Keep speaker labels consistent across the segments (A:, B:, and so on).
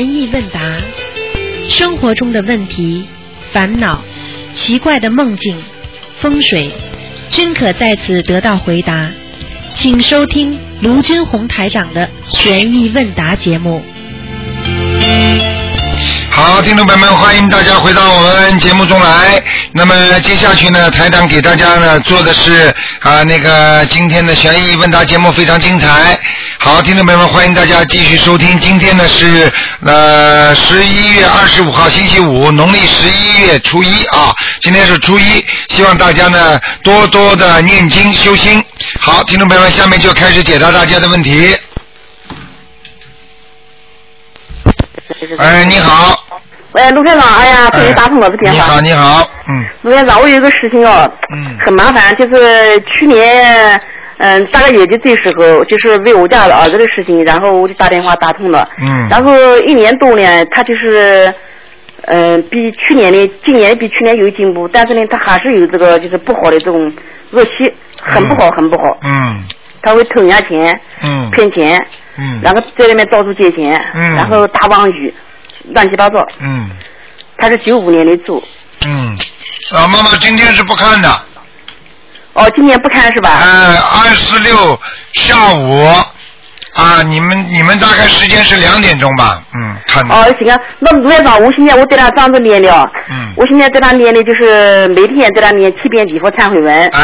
A: 意问答，生活中的问题、烦恼、奇怪的梦境、风水，均可在此得到回答。请收听卢军红台长的悬疑问答节目。
B: 好，听众朋友们，欢迎大家回到我们节目中来。那么接下去呢，台长给大家呢做的是啊、那个今天的悬疑问答节目非常精彩。好，听众朋友们，欢迎大家继续收听。今天呢是呃十一月二十五号星期五，农历十一月初一啊，今天是初一，希望大家呢多多的念经修心。好，听众朋友们，下面就开始解答大家的问题。哎，你好，
C: 喂，卢院长，哎呀，终于打通了这电
B: 你
C: 话
B: 好，。你好，嗯
C: 卢院长，我有一个事情哦，
B: 嗯
C: 很麻烦，就是去年，嗯，大概也就这时候，就是为我家的儿子的事情，然后我就打电话打通了。
B: 嗯，
C: 然后一年多呢，他就是，嗯、比去年的，今年比去年有进步，但是呢，他还是有这个就是不好的这种恶习，很不好，很不好。
B: 嗯
C: 他会偷人家钱，
B: 嗯
C: 骗钱，
B: 嗯，
C: 然后在里面到处借钱，
B: 嗯
C: 然后打网鱼，乱七八糟。
B: 嗯
C: 他是九五年的猪。
B: 嗯，老妈妈今天是不看的，
C: 哦，今年不看是吧？
B: 呃，二四六下午啊，你们你们大概时间是两点钟吧？嗯，看的，
C: 哦，行啊，那卢院长，我现在我对他这样子念的哦，
B: 嗯，
C: 我现在对他念的就是每天对他念七遍礼佛忏悔文，
B: 哎，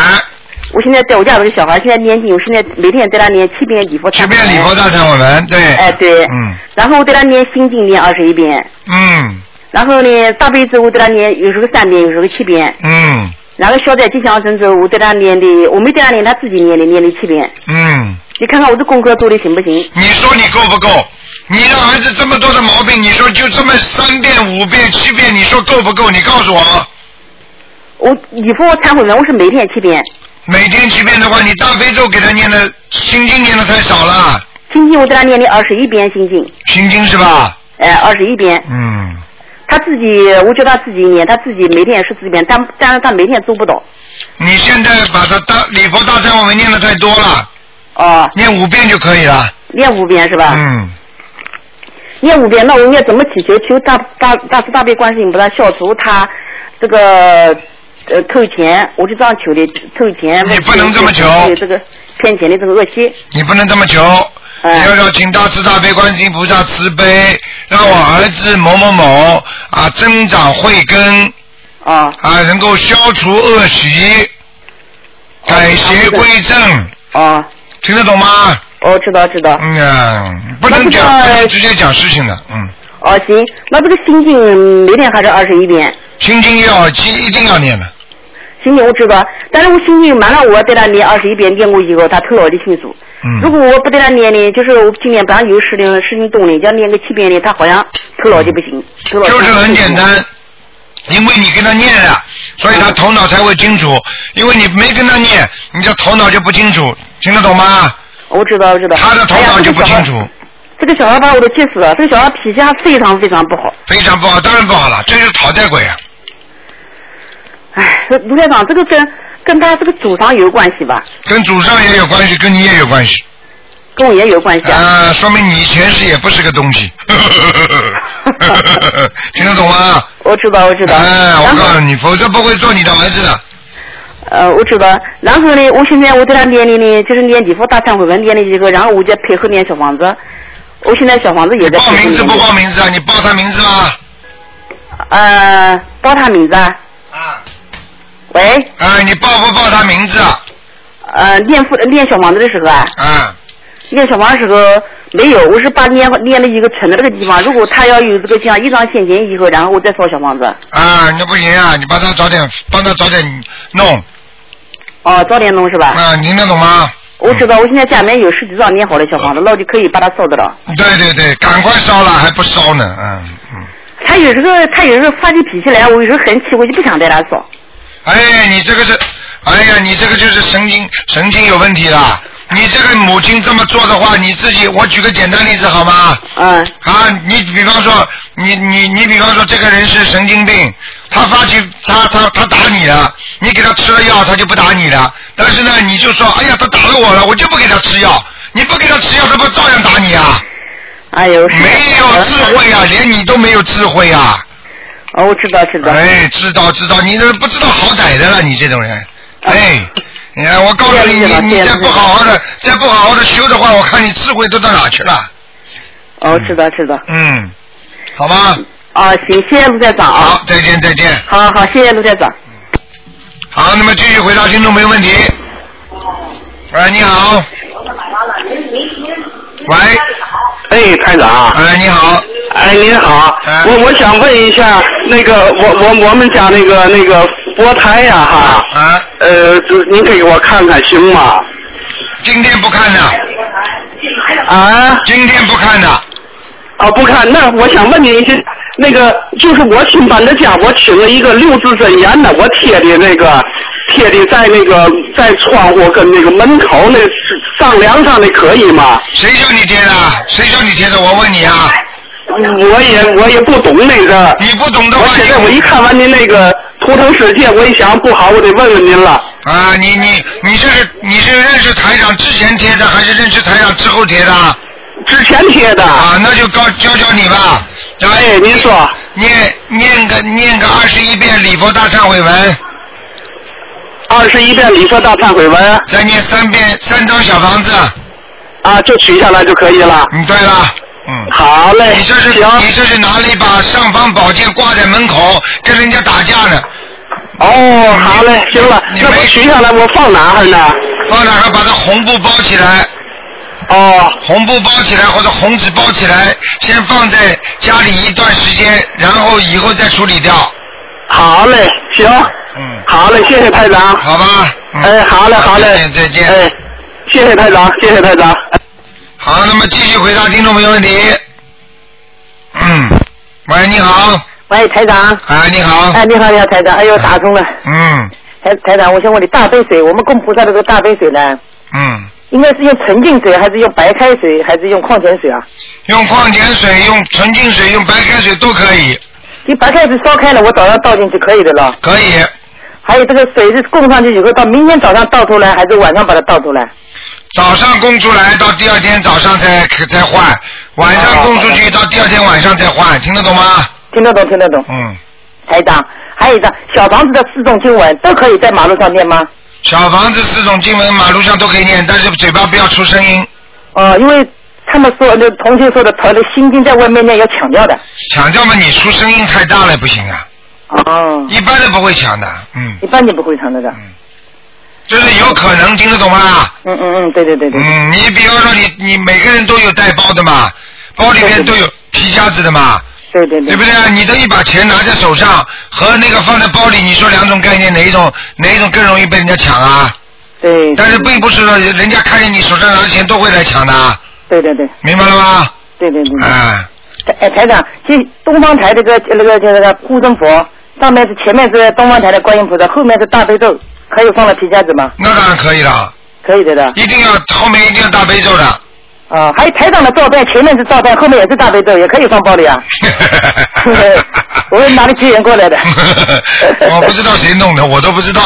C: 我现在在我家有个小孩，现在念经，我现在每天对他念七遍礼佛忏
B: 七
C: 悔文，
B: 遍礼佛大忏悔文，对，
C: 哎对，
B: 嗯
C: 然后我对他念心经念二十一遍，
B: 嗯
C: 然后呢大悲咒我对他念有时候三遍，有时候七遍，
B: 嗯
C: 然后消灾吉祥神咒我对他念的，我没对他念，他自己念的念的七遍，
B: 嗯，
C: 你看看我的功课做的行不行？
B: 你说你够不够？你让孩子这么多的毛病，你说就这么三遍、五遍、七遍，你说够不够？你告诉我，
C: 我礼佛忏悔文我是每天七遍，
B: 每天七遍的话，你大悲咒给他念的心经念的太少了，
C: 心经我对他念的二十一遍心经。
B: 心经是吧？
C: 哎，二十一遍，
B: 嗯。
C: 他自己，我叫他自己念，他自己每天是自己念，但但是他每天做不到。
B: 你现在把它大礼佛大忏悔文念的太多了，
C: 哦，
B: 念五遍就可以了。
C: 念五遍是吧？
B: 嗯，
C: 念五遍，那我应该怎么祈求？求大大大慈大悲观世音菩萨消除他这个呃偷钱，我就这样求的，偷钱。
B: 你不能这么求
C: 有这个骗钱的这个恶习。
B: 你不能这么求，
C: 哎
B: 你要说请大慈大悲观世音菩萨慈悲，让我儿子某某某啊增长慧根
C: 哦
B: 啊，能够消除恶习，改邪归正，
C: 哦，
B: 听得懂吗？
C: 哦，知道知道。
B: 嗯啊，不能讲，
C: 那这
B: 不
C: 个
B: 能直接讲事情的，嗯。
C: 哦，行，那这个心经每天还是二十一遍。
B: 心经要记，一定要念的。
C: 心经我知道，但是我心经满了，我对他念二十一遍，念过以后，他头脑的清楚。
B: 嗯
C: 如果我不对他念呢，就是我今天本上有事情事情动呢，要念个七遍呢，他好像头脑就不行，头脑
B: 就是很简。单，因为你跟他念了，所
C: 嗯
B: 以他头脑才会清楚。因为你没跟他念，你这头脑就不清楚，听得懂吗？
C: 我知道，我知哎道。
B: 他的头脑就不清楚，
C: 这个小孩把我都急死了，这个小孩脾气还非常非常不好。
B: 非常不好，当然不好了，这就是讨债鬼啊！
C: 唉，卢台长，这个跟跟他这个祖上有关系吧，
B: 跟祖上也有关系，跟你也有关系
C: 跟我也有关系啊。
B: 啊、说明你前世也不是个东西， 听得懂吗？
C: 我知道，我知道。
B: 哎，我
C: 然后
B: 告诉你，否则不会做你的儿子的。
C: 呃，我知道。然后呢，我现在我在那念的呢，就是念礼佛大忏悔文念了以后，然后我再配合念小房子。我现在小房子也
B: 你
C: 在
B: 报
C: 配合
B: 名字
C: 念
B: 不报名字啊？你报他名字吗？
C: 呃，报他名字啊？
B: 啊，
C: 喂，
B: 哎，你报不报他名字啊？
C: 呃，念佛念小房子的时候啊，
B: 啊。
C: 念小房子时候没有，我是把念念了一个存的这个地方。如果他要有这个像一张现金以后，然后我再烧小房子。
B: 啊，那不行啊！你帮他早点，帮他早点弄
C: 哦，早点弄是吧？
B: 啊，您能懂吗？
C: 我知道，我现在家里面有十几张念好的小房子，那我就可以把它烧得了。
B: 对对对，赶快烧了，还不烧呢，嗯嗯。
C: 他有时候他有时候发起脾气来，我有时候很气，我就不想带他烧。
B: 哎，你这个是，哎呀，你这个就是神经神经有问题了。你这个母亲这么做的话，你自己，我举个简单例子好吗？
C: 嗯
B: 啊，你比方说，你你你比方说，这个人是神经病，他发起他他他打你了，你给他吃了药，他就不打你了。但是呢，你就说，哎呀，他打了我了，我就不给他吃药。你不给他吃药，他不照样打你啊？
D: 哎呦，是
B: 没有智慧啊，连你都没有智慧啊！
D: 哦，我知道，知道。
B: 哎，知道知道，你这不知道好歹的了，你这种
D: 啊
B: 人，哎，你看我告诉你，
D: 这样子吧
B: 你你
D: 这
B: 再
D: 样子
B: 不好好的，再不好好的修的话，我看你智慧都到哪去了？
D: 哦，知道，知道。
B: 嗯，好吧，
D: 啊，行，谢谢卢台长
B: 好
D: 啊。，
B: 再见再见。
D: 好好，谢谢卢台长。
B: 好，那么继续回答听众朋友问题。喂，你好。喂，
A: 哎，台长啊，
B: 哎，你好，
A: 哎，您好，
B: 哎
A: 我我想问一下，那个我我我们家那个那个佛台呀、哈，
B: 啊，
A: 呃，这您给我看看行吗？
B: 今天不看的，
A: 啊，
B: 今天不看的，
A: 啊，不看，那我想问您一下，那个就是我新搬的家，我请了一个六字真言呢，我贴的那个贴的在那个在窗户跟那个门口那上梁上的可以吗？
B: 谁叫你贴的？谁叫你贴的？我问你啊，
A: 我也我也不懂那个。
B: 你不懂的
A: 我
B: 话，
A: 现在我一
B: 你
A: 看完您那个图腾世界，我一想不好，我得问问您了。
B: 啊，你你你这是你是认识台长之前贴的，还是认识台长之后贴的？
A: 之前贴的，
B: 啊，那就告教教你吧，
A: 哎，您说
B: 念念个念个二十一遍礼佛大忏悔文。
A: 二十一遍礼佛大忏悔文
B: 再念三遍三张小房子。
A: 啊，就取下来就可以了。
B: 嗯，对了，嗯。
A: 好嘞，
B: 你这是
A: 行
B: 你这是拿了一把尚方宝剑挂在门口，跟人家打架呢，
A: 哦，好嘞，行了，
B: 你
A: 那
B: 没
A: 我取下来我放哪儿呢？
B: 放哪个把这红布包起来，
A: 哦，
B: 红布包起来或者红纸包起来，先放在家里一段时间，然后以后再处理掉。
A: 好嘞，行，
B: 嗯，
A: 好嘞，谢谢台长。
B: 好吧。嗯、
A: 哎，好嘞，好嘞，
B: 再见再见
A: 哎，谢谢台长，谢谢台长。
B: 好，那么继续回答听众朋友问题。嗯，喂，你好，
D: 喂，台长。
B: 哎，你好，
D: 哎，你好，你好，台长。哎呦，打通了。
B: 嗯
D: 台台长，我想问你，大杯水，我们供菩萨的这个大杯水呢，
B: 嗯，
D: 应该是用纯净水，还是用白开水，还是用矿泉水啊？
B: 用矿泉水、用纯净水、用白开水都可以，
D: 你白开水烧开了，我早上倒进去可以的了。
B: 可以。
D: 还有这个水是供上去以后，到明天早上倒出来，还是晚上把它倒出来？
B: 早上供出来，到第二天早上再再换，晚上供出去，到第二天晚上再换，听得懂吗？
D: 听得懂，听得懂，
B: 嗯，
D: 台长。还有一张小房子的四种经文都可以在马路上念吗？
B: 小房子四种经文，马路上都可以念，但是嘴巴不要出声音，
D: 哦、因为他们说的同学说的，他的心经在外面念要抢掉的。
B: 抢掉嘛，你出声音太大了不行啊，
D: 哦，
B: 一般的不会抢的，嗯，
D: 一般你不会抢的的。
B: 就是有可能听得懂吗？
D: 嗯嗯嗯，对对对对。
B: 嗯，你比方说你你每个人都有带包的嘛，包里面都有皮夹子的嘛，
D: 对对
B: 对不对啊？你的一把钱拿在手上和那个放在包里，你说两种概念，哪一种哪一种更容易被人家抢啊？
D: 对，
B: 但是并不是说人家看见你手上拿的钱都会来抢的，啊
D: 对对对
B: 明白了吗？
D: 对对对。
B: 哎、
D: 台哎，台长，其实东方台这个那个那个护身佛，上面是前面是东方台的观音菩萨，后面是大悲咒，可以放了皮夹子吗？
B: 那当然可以了，
D: 可以的的。
B: 一定要后面一定要大悲咒的。。
D: 啊，还有台长的照片，前面是照片，后面也是大悲咒，也可以放包里啊。我是拿了机缘过来的
B: 我不知道谁弄的，我都不知道。。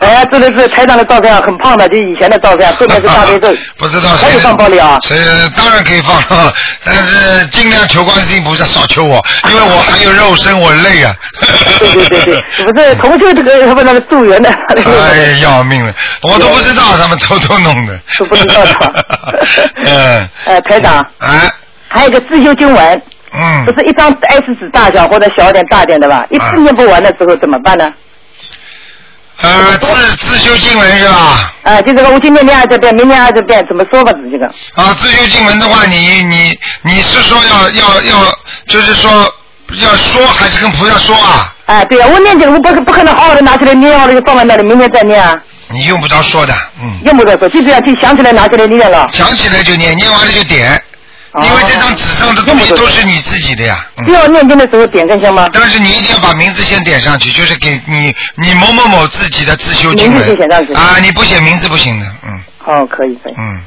D: 哎，这个是台长的照片，啊很胖的，就是以前的照片，后面是大悲咒
B: 不知道谁
D: 可以放包里啊。
B: 谁当然可以放，但是尽量求观世音菩萨少求我，因为我还有肉身，我累啊。
D: 对对对对，不是同修这个问那个助缘的，
B: 哎，要命了！我都不知道他们偷偷弄的，。
D: 都不知道的
B: 嗯。
D: 呃，台长，
B: 哎，
D: 还有一个自修经文，
B: 嗯嗯
D: 不，是一张 S 纸大小或者小点大点的吧？一次念不完的时候怎么办呢？
B: 呃，自自修经文是吧？
D: 啊，就这个我今天念二十遍，明天二十遍，怎么说法子这个？
B: 啊，自修经文的话，你你你是说要要要，就是说要说还是跟菩萨说啊？
D: 哎，对呀、我念这个，我不不可能好好的拿起来念，好了就放在那里，明天再念啊，
B: 你用不着说的，嗯，
D: 用不着说，就这样就想起来拿起来念了。
B: 想起来就念，念完了就点，
D: 哦
B: 因为这张纸上的东西
D: 用不着
B: 都是你自己的呀。
D: 就
B: 嗯，
D: 要念经的时候点根香吗？
B: 但是你一定要把名字先点上去，就是给你你某某某自己的自修经
D: 名字先写上去
B: 文啊，你不写名字不行的，嗯
D: 哦，可以可以。
B: 嗯，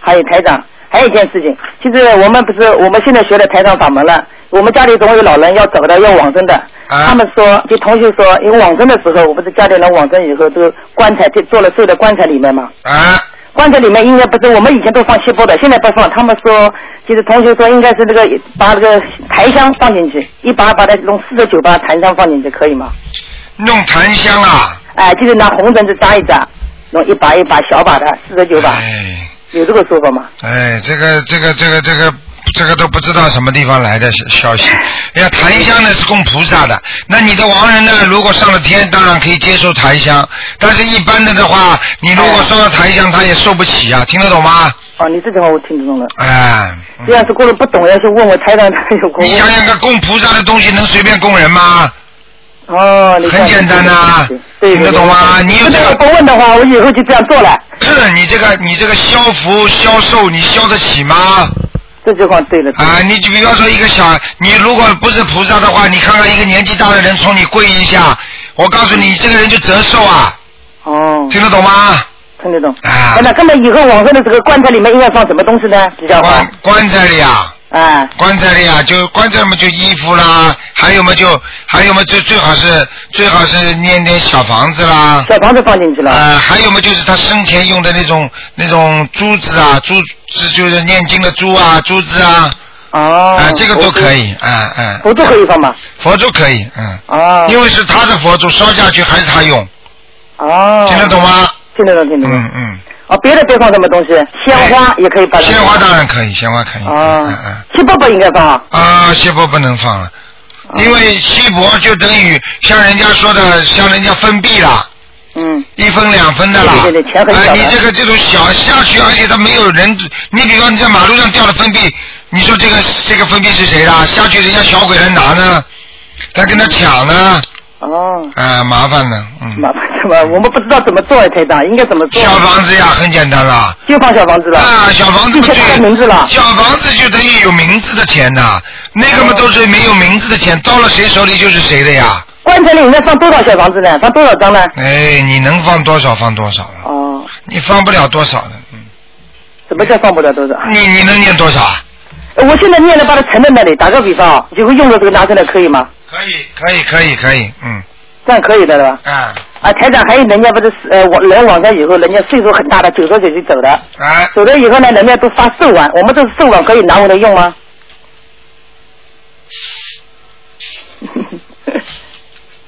D: 还有台长，还有一件事情，就是我们不是我们现在学了台长法门了，我们家里总有老人要走的要往生的，
B: 啊
D: 他们说就同学说，因为往生的时候，我不是家里人往生以后都棺材就做了睡在棺材里面嘛，
B: 啊，
D: 棺材里面应该不是，我们以前都放锡箔的，现在不放。他们说，就是同学说应该是那个把那个檀香放进去，一把把它弄四十九把檀香放进去，可以吗？
B: 弄檀香啊，
D: 哎，就是拿红绳子扎一扎，弄一把一把小把的四十九把，
B: 哎
D: 有这个说法吗？
B: 哎，这个这个这个这个这个都不知道什么地方来的消息。哎呀，檀香呢是供菩萨的，那你的亡人呢，如果上了天，当然可以接受檀香，但是一般的的话，你如果烧了檀香，他也受不起啊，听得懂吗？
D: 哦，你这句话我听懂了。
B: 哎，
D: 这要是过了不懂，要是问我台长，他有过
B: 你想想看，供菩萨的东西能随便供人吗？
D: 哦，你
B: 很简单呐、
D: 对
B: 听得懂吗？你有这
D: 我
B: 个啊
D: 不问的话，我以后就这样做了。
B: 你这个你这个消福消受，你消得起吗？
D: 这句话对了。对了
B: 啊，你就比方说一个小，你如果不是菩萨的话，你看看一个年纪大的人冲你跪一下，我告诉你，这个人就折寿啊，
D: 哦，
B: 听得懂吗？
D: 听得懂。
B: 啊
D: 哎，那根本以后往生的这个棺材里面应该放什么东西呢？比较好
B: 棺。棺材里啊，
D: 啊，
B: 棺材里啊，就棺材嘛就衣服啦，还有嘛就还有嘛就最好是最好是念点小房子啦。
D: 小房子放进去了。
B: 呃，还有嘛，就是他生前用的那种那种珠子啊，珠子就是念经的珠啊，珠子啊，
D: 哦
B: 啊、。这个都可
D: 以。
B: 以，啊、嗯
D: 佛都可以放吧？
B: 佛珠可以，嗯，
D: 哦。
B: 因为是他的佛珠，烧下去还是他用，
D: 哦。
B: 听得懂？吗？
D: 听得懂，听得懂。
B: 嗯嗯，
D: 哦，别的别放什么东西，鲜花也可以把它。
B: 鲜花当然可以，鲜花可以，嗯
D: 哦
B: 嗯嗯，。
D: 七宝不应该放啊。哦
B: 啊，锡箔不能放了，因为锡箔就等于像人家说的，像人家分币了。
D: 嗯。
B: 一分两分的啦，
D: 对对对钱很小的
B: 哎，你这个这种小下去，而且它没有人，你比方你在马路上掉了分币，你说这个这个分币是谁的？下去人家小鬼来拿呢，他跟他抢呢，
D: 哦。
B: 啊，麻烦呢，嗯，
D: 麻烦什么？我们不知道怎么做呀，台长，应该怎么做？
B: 小房子呀，很简单啦，
D: 就放小房子了。
B: 啊，小房子不
D: 就
B: 就
D: 写他的名字了
B: 小房子就等于有名字的钱呐、那
D: 哦
B: 个嘛都是没有名字的钱，到了谁手里就是谁的呀，
D: 棺材里面放多少小房子呢？放多少张呢？
B: 哎，你能放多少放多少了，
D: 哦，
B: 你放不了多少的，嗯，
D: 什么叫放不了多少？
B: 你你能念多少啊？
D: 呃我现在念了，把它存在那里。打个比方，以后用了这个拿出来可以吗？
B: 可以，可以，可以，可以，嗯，
D: 这样可以的了吧？
B: 啊，
D: 啊，台长，还有人家不是呃，我人往生以后，人家岁数很大的，九十岁就走了，
B: 啊，
D: 走了以后呢，人家都发寿丸，我们这个寿丸可以拿回来用吗？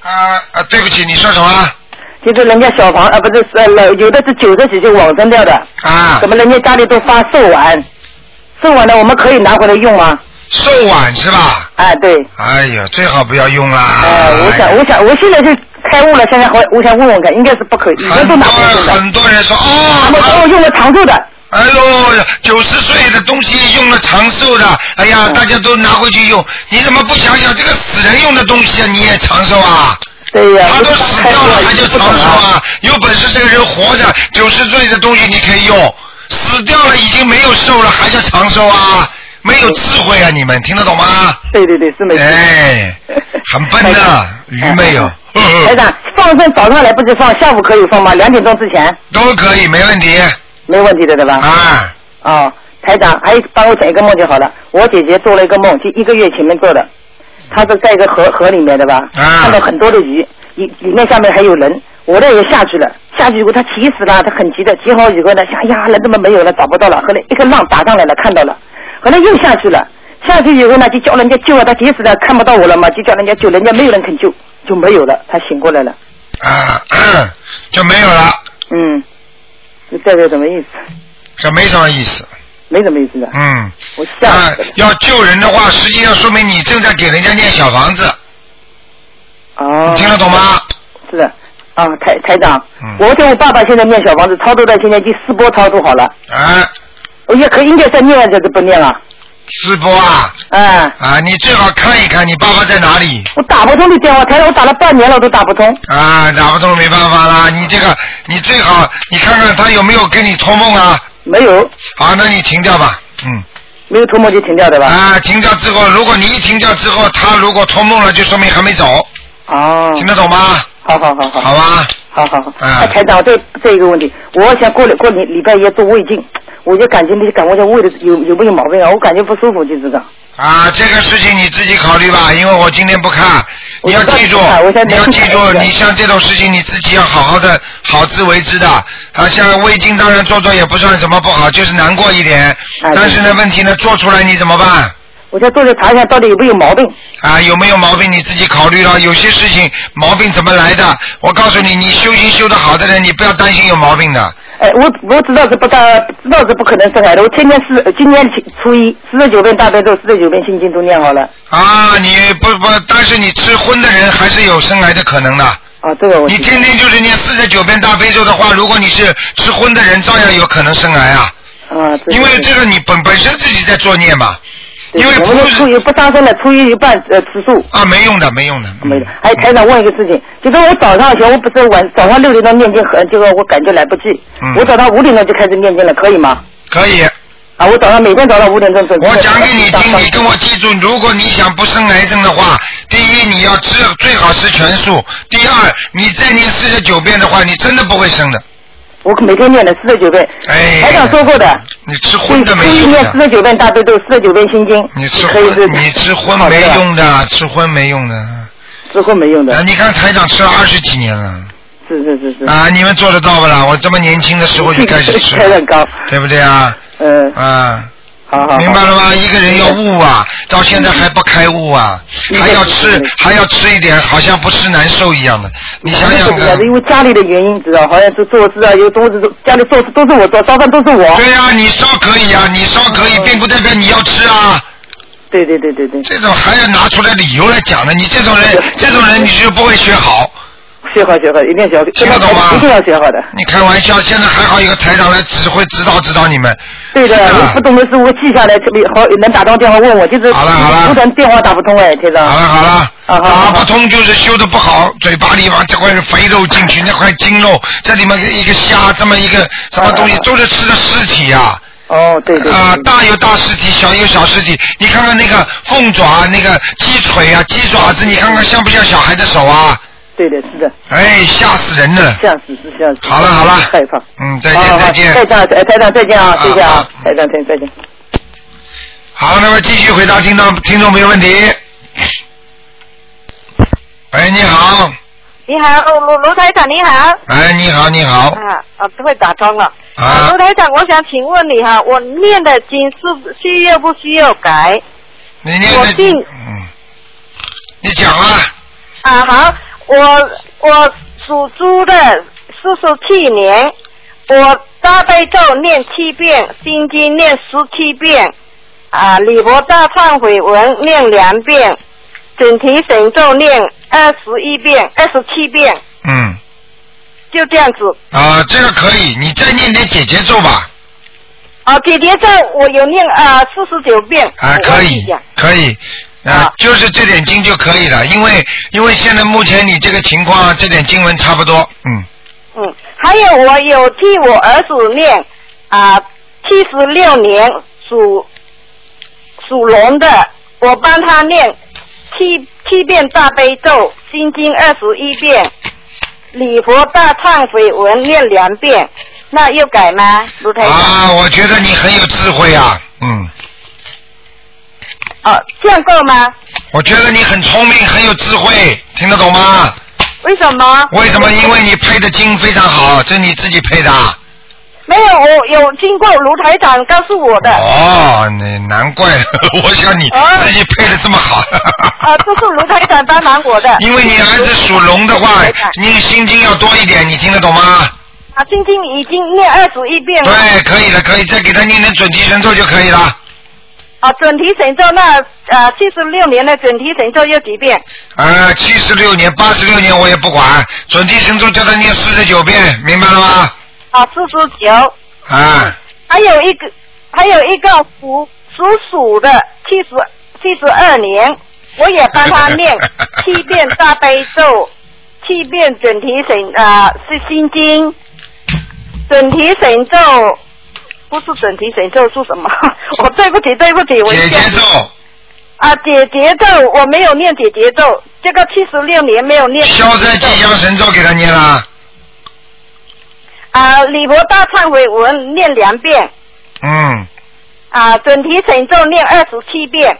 B: 啊啊，对不起，你说什么？
D: 就是人家小房啊，不是呃，老有的是九十几就往生掉的，
B: 啊
D: 怎，么人家家里都发寿丸？寿丸呢，我们可以拿回来用吗？
B: 寿碗是吧？
D: 哎，对，
B: 哎呀，最好不要用啦。
D: 哎，我想，我想，我现在就开悟了，现在我我想问问看，应该是不可以，以前
B: 很
D: 都
B: 多
D: 拿不回
B: 人
D: 来的。
B: 很多人说
D: 他们说
B: 哦，
D: 我用了长寿的，
B: 他哎呦，九十岁的东西用了长寿的，哎呀，
D: 嗯
B: 大家都拿回去用，你怎么不想想这个死人用的东西啊？你也长寿啊？
D: 对呀、
B: 他
D: 我
B: 都
D: 就
B: 死
D: 开
B: 掉
D: 悟
B: 了还
D: 已
B: 叫
D: 经不
B: 长
D: 懂
B: 寿
D: 了。
B: 啊？有本事这个人活着，九十岁的东西你可以用，死掉了已经没有寿了还叫长寿啊？没有智慧啊！你们听得懂吗？
D: 对对对，是没错。
B: 哎，很笨 的，愚昧哦，
D: 台长，放生早上来不是放，下午可以放吗？两点钟之前
B: 都可以，没问题
D: 没问题的，对吧？
B: 啊。
D: 哦，台长，还帮我整一个梦就好了。我姐姐做了一个梦，就一个月前面做的，她是在一个河河里面的吧，
B: 啊
D: 看到很多的鱼，里里面下面还有人，我呢也下去了，下去以后她急死了，她很急的，急好以后呢想呀人怎么没有了，找不到了，后来一个浪打上来了，看到了，后来又下去了，下去以后呢就叫人家救啊，她急死了，看不到我了嘛，就叫人家救，人家没有人肯救，就没有了，她醒过来了，
B: 啊，就没有了，
D: 嗯，这这个什么意思？
B: 这没什么意思。
D: 没什么意思的，
B: 嗯，
D: 我吓
B: 啊
D: 死了，
B: 要救人的话，实际上说明你正在给人家念小房子，
D: 哦，
B: 听得懂吗？
D: 是的，啊，台台长，
B: 嗯
D: 我给我爸爸现在念小房子超度到现在第四波超度好了，
B: 啊，
D: 我也可以应该再念还是不念了？
B: 师傅啊，
D: 哎、
B: 啊，你最好看一看你爸爸在哪里
D: 我打不通的电话，台长，我打了半年了都打不通。
B: 啊，打不通没办法啦。你这个，你最好你看看他有没有跟你托梦啊。
D: 没有，
B: 好，那你停掉吧，嗯，
D: 没有托梦就停掉对吧？
B: 啊，停掉之后，如果你一停掉之后，他如果托梦了，就说明还没走，
D: 哦，
B: 听得懂吗？
D: 好好好好，
B: 好吧，
D: 好好好。
B: 啊
D: 哎，台长，这这一个问题，我想过了过礼礼拜一做胃镜，我就感觉那个感觉胃的有有没有毛病啊？我感觉不舒服，就这个。
B: 啊，这个事情你自己考虑吧，因为我今天不看。
D: 我
B: 你要记住
D: 知道我知道我现在，
B: 你要记
D: 没
B: 住，
D: 看
B: 你像这种事情你自己要好好的好自为之的。啊，像胃镜当然做做也不算什么不好，就是难过一点。
D: 哎
B: 但是呢，问题呢做出来你怎么办？
D: 我在肚子查一下到底有没有毛病。
B: 啊，有没有毛病你自己考虑了。有些事情毛病怎么来的？我告诉你，你修行修得好的人，你不要担心有毛病的。
D: 哎，我我知道是不大，知道是不可能生孩子。我天天四，今年初一四十九遍大悲咒，四十九遍心经都念好了。
B: 啊，你不不，但是你吃荤的人还是有生癌的可能的。
D: 啊，这个我
B: 你
D: 知道
B: 天天就是念四十九遍大悲咒的话，如果你是吃荤的人，照样有可能生癌啊。
D: 啊，
B: 因为这
D: 个
B: 个你本本身自己在作孽嘛，因为
D: 我
B: 不
D: 们初
B: 是
D: 一不上升了，初一一半呃吃素。
B: 啊，没用的，没用的。
D: 没的，还有台长问一个事情，就是我早上学，我不是晚早上六点钟念经，很这个我感觉来不及，
B: 嗯
D: 我早上五点钟就开始念经了，可以吗？
B: 可以，
D: 啊，我早上每天早上五点钟准时
B: 我讲给你听，你跟
D: 我
B: 我记住，如果你想不生癌症的话，第一你要吃最好吃全素，第二你再念四十九遍的话，你真的不会生的。
D: 我每天念了四十九遍，
B: 哎，
D: 台长说过的，
B: 你吃荤的没
D: 初一
B: 用
D: 念四
B: 的，
D: 十九遍大悲咒，四十九遍心经，
B: 你吃
D: 可以是
B: 荤你吃荤没，用的，吃荤没用的。
D: 之后没用的
B: 啊，，你看台长吃了二十几年了。
D: 是是是是，
B: 啊，你们做得到不啦？我这么年轻的时候就开始吃
D: 开
B: 了
D: 得高，
B: 对不对啊？
D: 嗯，
B: 啊，
D: 好好好，
B: 明白了吗？一个人要悟啊，到现在还不开悟啊，
D: 嗯
B: 还要吃
D: 嗯，
B: 还要吃一点，好像不吃难受一样的。你想想
D: 是
B: 看，
D: 因为家里的原因，知道，好像是做事啊，有东西都家里做事都是我做，烧饭都是我，
B: 对呀、你烧可以啊，你烧可以，并不代表你要吃啊。
D: 嗯对对对对对，
B: 这种还要拿出来理由来讲的，你这种人，这种人你就不会学好。
D: 学好学好，一定学好，
B: 听得懂吗
D: 一定要学好的，
B: 你开玩笑，现在还好有个台长来指挥指导指导你们。
D: 对的，
B: 真
D: 我不懂的事我记下来，特别好能打到电话问我，就是
B: 好了好了
D: 不然电话打不通哎，先生，
B: 好了好了，
D: 啊好好
B: 打
D: 好
B: 不通就是修的不好，嘴巴里往这块肥肉进去，那块筋肉，这里面一个虾，这么一个什么东西，都是吃的尸体啊。
D: 啊哦对对，
B: 啊、
D: 对
B: 大有大尸体，小有小尸体。你看看那个凤爪，啊那个鸡腿啊，鸡爪子，你看看像不像小孩的手啊？
D: 对的是的，
B: 哎，吓死人了！
D: 这样子是这样子，
B: 好了好了
D: 害怕，
B: 嗯，再
D: 好好
B: 见再见。
D: 好台长呃台长再见啊，谢谢
B: 啊
D: 啊
B: 啊，
D: 台长再见再见。
B: 好，那么继续回答听众听众朋友问题。喂，你好，
C: 你好，哦卢卢台长你好。
B: 哎，你好，你好，
C: 啊啊，不会打通了。
B: 啊
C: 卢台长，我想请问你哈，我念的经是需要不需要改？
B: 你念
C: 我
B: 的，
C: 定
B: 嗯，你讲啊，
C: 啊，好，我我属猪的，四十七年，我大悲咒念七遍，心经念十七遍，啊，礼佛大忏悔文念两遍，准提神咒念二十一遍，二十七遍，
B: 嗯，
C: 就这样子。
B: 啊，这个可以，你再念点姐姐咒吧，
C: 啊，姐姐咒我有念啊四十九遍。
B: 啊，
C: 我
B: 可
C: 忘
B: 以
C: 记讲，
B: 可以。啊
C: 好，
B: 就是这点经就可以了，因为因为现在目前你这个情况，这点经文差不多，嗯，
C: 嗯，还有我有替我儿子念啊，七十六年属属龙的，我帮他念七七遍大悲咒，心经二十一遍，礼佛大忏悔文念两遍，那又改吗？卢台长？
B: 啊，我觉得你很有智慧啊，嗯，
C: 哦，这样够吗？
B: 我觉得你很聪明，很有智慧，听得懂吗？
C: 为什么？
B: 为什么？因为你配的经非常好，这你自己配的啊。
C: 没有，我有经过卢台长告诉我的。
B: 哦，你难怪， 我想你
C: 啊
B: 自己配的这么好。
C: 啊，这是卢台长帮忙我的。
B: 因为你儿子属龙的话
C: 卢台长，
B: 你心经要多一点，你听得懂吗？
C: 啊，晶晶已经念二十一遍了。
B: 对，可以了，可以，再给他念点准提神咒就可以了。
C: 啊，准提神咒那呃七十六年的准提神咒有几遍？
B: 呃，七十六年、八十六年我也不管，准提神咒叫他念四十九遍，明白了吗？
C: 啊，四十九。
B: 啊，
C: 还有一个，还有一个属属鼠的七十七十二年，我也帮他 念七遍大悲咒，七遍准提神啊、是心经，准提神咒。不是准提神咒是什么？ 我对不起，对不起，我一
B: 姐
C: 下
B: 姐咒、
C: 啊，解结咒我没有念解结咒，这个七十六年没有念解结咒。
B: 消灾吉祥神咒给他念了。
C: 啊，礼佛大忏悔文念两遍，
B: 嗯，
C: 啊，准提神咒念二十七遍，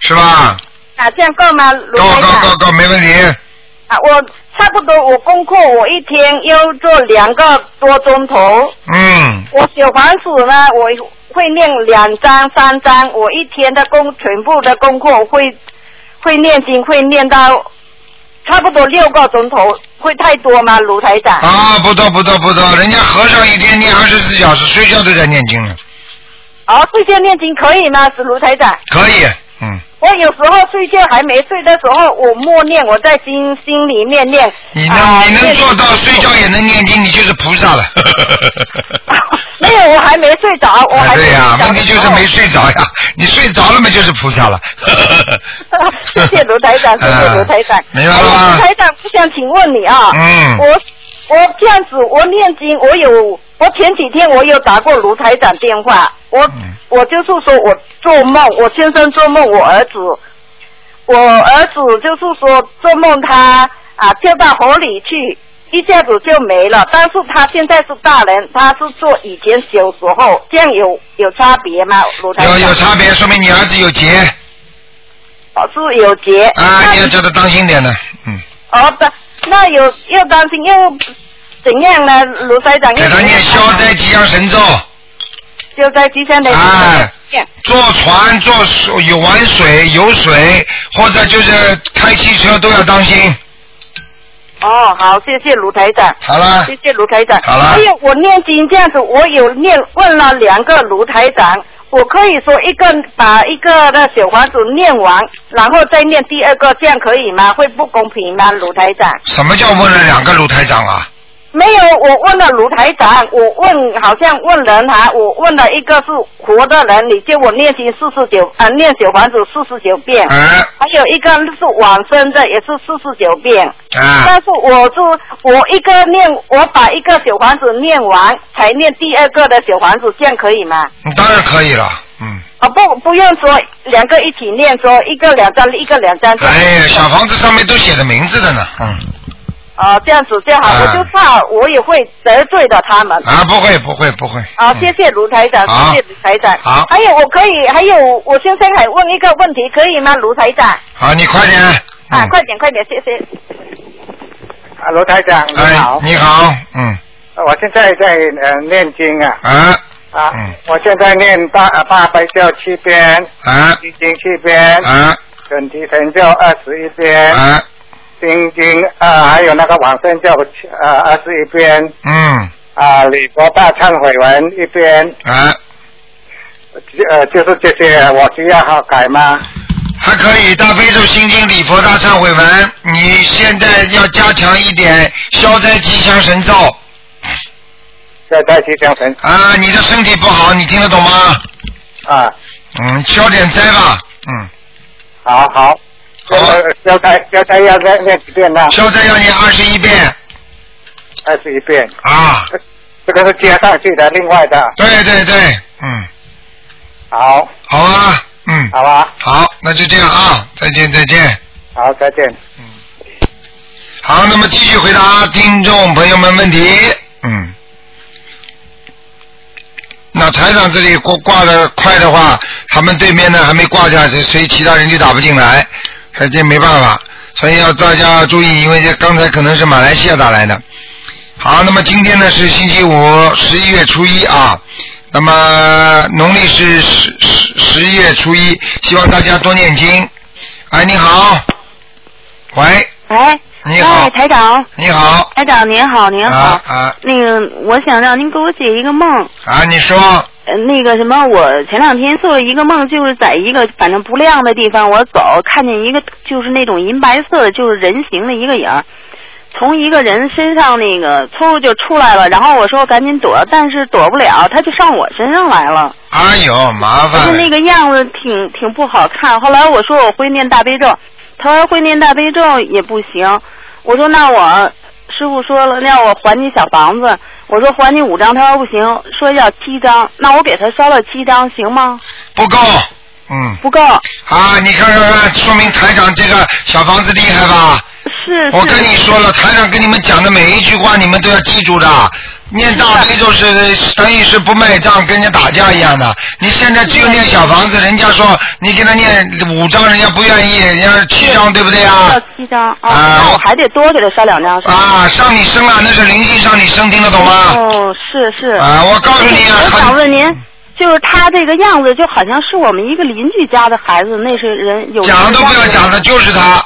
B: 是吧？
C: 啊，这样够吗？
B: 够
C: 卢
B: 够
C: 台长
B: 够够，没问题。
C: 啊，我差不多，我功课我一天要做两个多钟头。
B: 嗯，
C: 我小房子呢，我会念两章、三章，我一天的功全部的功课会会念经，会念到差不多六个钟头，会太多吗？卢台长？
B: 啊，不多不多不多，人家和尚一天念二十四小时，睡觉都在念经呢，
C: 哦，睡觉念经可以吗？是卢台长。
B: 可以，嗯，
C: 我有时候睡觉还没睡的时候，我默念，我在心心里面念。
B: 你能、
C: 啊
B: 你能
C: 念
B: 做到睡觉也能念经，你就是菩 萨了。
C: 没有，我还没睡着，我
B: 啊
C: 还没
B: 对
C: 睡
B: 呀、
C: 着的时候。
B: 问题就是没睡着呀，你睡着了嘛就是菩萨了。
C: 谢谢卢台长，谢谢卢台 长
B: 啊。明白了
C: 哎卢
B: 吗？
C: 台长，不想请问你啊，
B: 嗯
C: 我我这样子，我念经，我有，我前几天我有打过卢台长电话，我、
B: 嗯
C: 我就是说我做梦，我先生做梦，我儿子，我儿子就是说做梦他啊跳到河里去。一下子就没了，但是他现在是大人，他是做以前小时候，这样有有差别吗？卢台长
B: 有有差别，说明你儿子有劫
C: 哦是有结
B: 啊，你要叫他当心点的，嗯，
C: 哦，不，那有又担心又怎样呢？卢台长，
B: 给他念消灾吉祥神咒，
C: 就在吉祥的
B: 哎
C: 念
B: 坐船、坐水、有玩水、游水，或者就是开汽车都要当心。
C: 哦，好，谢谢卢台长，
B: 好了，
C: 谢谢卢台长。
B: 好了
C: 还有我念经这样子，我有念问了两个卢台长，我可以说一个把一个的小房子念完，然后再念第二个，这样可以吗？会不公平吗，卢台长？
B: 什么叫问了两个卢台长啊？
C: 没有，我问了卢台长，我问好像问人哈，我问了一个是活的人，你叫我念经四十九啊，念小房子四十九遍，
B: 哎
C: 还有一个是往生的，也是四十九遍。但
B: 哎，
C: 是我就我一个念，我把一个小房子念完，才念第二个的小房子，这样可以吗？
B: 你当然可以了，嗯。
C: 啊不，不用说两个一起念，说一个两张，一个两张。这样
B: 哎呀，小房子上面都写着名字的呢，嗯。
C: 哦，这样子就好，
B: 哎
C: 我就怕我也会得罪了他们。
B: 啊，不会不会不会。嗯
C: 好，啊谢谢卢台长，
B: 好
C: 谢谢卢台长。
B: 好
C: 还有我可以，还有我先生还问一个问题，可以吗，卢台长？
B: 好，你快点。
C: 啊，
B: 嗯
C: 快点，快点，谢谢。
D: 啊，罗台长，你
B: 哎
D: 好，，
B: 你好，嗯，
D: 我现在在呃念经啊
B: 啊
D: 啊
B: 嗯，
D: 我现在念大呃大悲咒七遍，
B: 啊
D: 心经七遍，
B: 啊
D: 准提神咒二十一遍，
B: 啊，
D: 心经啊还有那个往生咒呃二十一遍，
B: 嗯
D: 啊礼佛大忏悔文一遍，
B: 啊，
D: 呃就是这些，我需要好改吗？
B: 还可以。大悲咒心经礼佛大忏悔文，你现在要加强一点消灾吉祥神咒
D: 在在吉祥神
B: 啊！你的身体不好，你听得懂吗？
D: 啊，
B: 嗯，消点灾吧，嗯，
D: 好好。
B: 好啊
D: 呃消灾消灾要念念几遍呢？
B: 消灾要念二十一遍
D: 二十一遍，
B: 啊！
D: 这个是接上去的，另外的。
B: 对对对，嗯，
D: 好，
B: 好啊，嗯，
D: 好吧，
B: 好，那就这样啊，再见再见。
D: 好，再见。
B: 好，那么继续回答听众朋友们问题。嗯，那台长这里挂挂的快的话，他们对面呢还没挂下，所以所以其他人就打不进来，所以这没办法，所以要大家要注意，因为这刚才可能是马来西亚打来的。好，那么今天呢是星期五，十一月初一啊。那么农历是十十十一月初一，希望大家多念经。哎，你好，喂，
E: 哎，
B: 你好
E: 哎，台长，
B: 你好，
E: 台长您好，您好。
B: 啊啊
E: 那个，我想让您给我解一个梦。
B: 啊！你说
E: 呃，那个什么，我前两天做了一个梦，就是在一个反正不亮的地方，我走看见一个就是那种银白色的，就是人形的一个影儿，从一个人身上那个嗖就出来了。然后我说赶紧躲，但是躲不了，他就上我身上来了。
B: 哎呦，麻
E: 而且
B: 烦
E: 那
B: 了
E: 个样子挺挺不好看。后来我说我会念大悲咒，他说会念大悲咒也不行。我说那我师傅说了，让我还你小房子。我说还你五张，他说不行，说要七张。那我给他烧了七张，行吗？
B: 不够，嗯
E: 不够。
B: 啊！你看看看，说明台长这个小房子厉害吧？
E: 是是。
B: 我跟你说了，台长跟你们讲的每一句话，你们都要记住的。念大悲咒是等于是不卖账，跟人家打架一样的。你现在只有念小房
E: 嗯
B: 子，人家说你给他念五张，人家不愿意，人家七张，对不对啊？
E: 嗯要七张哦，
B: 啊
E: 那我还得多给他烧两张。是吧
B: 啊，上你身了，那是灵性上你身，听得懂吗？
E: 哦，是是。
B: 啊，我告诉你啊，
E: 我想
B: 很
E: 问您，就是他这个样子，就好像是我们一个邻居家的孩子，那是人有
B: 讲都不要讲的，就是他。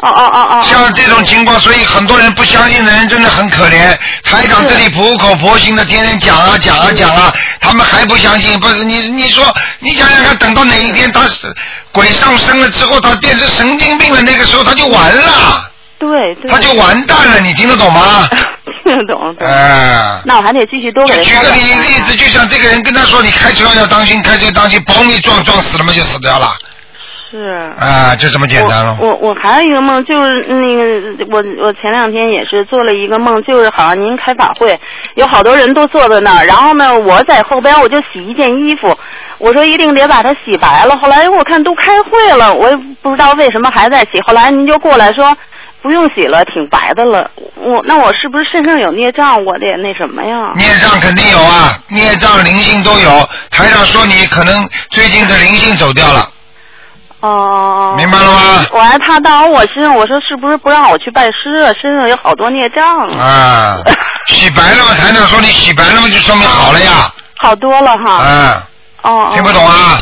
E: 哦哦哦哦。
B: 像这种情况，所以很多人不相信的人真的很可怜。台长这里苦口婆心的天天讲啊讲
E: 嗯
B: 啊讲啊，他们还不相信。不是你你说你想想看，等到哪一天他是鬼上身了之后，他变成神经病了，那个时候他就完了，
E: 对对。
B: 他就完蛋了。你听得懂吗？
E: 听得懂。懂
B: 哎、
E: 那我还得继续多给
B: 就
E: 他
B: 举
E: 烧
B: 个
E: 两
B: 例
E: 张
B: 例子，就像这个人跟他说你开车要当心，开车当心，嘣一撞撞死了嘛就死掉了，
E: 是。
B: 啊、就这么简单了。
E: 我我我还有一个梦，就是那个我我前两天也是做了一个梦，就是好像您开法会，有好多人都坐在那儿，然后呢，我在后边我就洗一件衣服，我说一定得把它洗白了。后来我看都开会了，我也不知道为什么还在洗。后来您就过来说不用洗了，挺白的了。我那我是不是身上有孽障？我得那什么呀？
B: 孽障肯定有啊，孽障灵性都有。台长说你可能最近的灵性走掉了，
E: 哦、
B: 明白了吗？
E: 我还怕到我身上，我说是不是不让我去拜师啊？身上有好多孽障啊。
B: 啊，洗白了吗？台长说你洗白了吗？就说明好了呀。
E: 好多了哈。
B: 啊，
E: 哦，哦哦
B: 听不懂啊？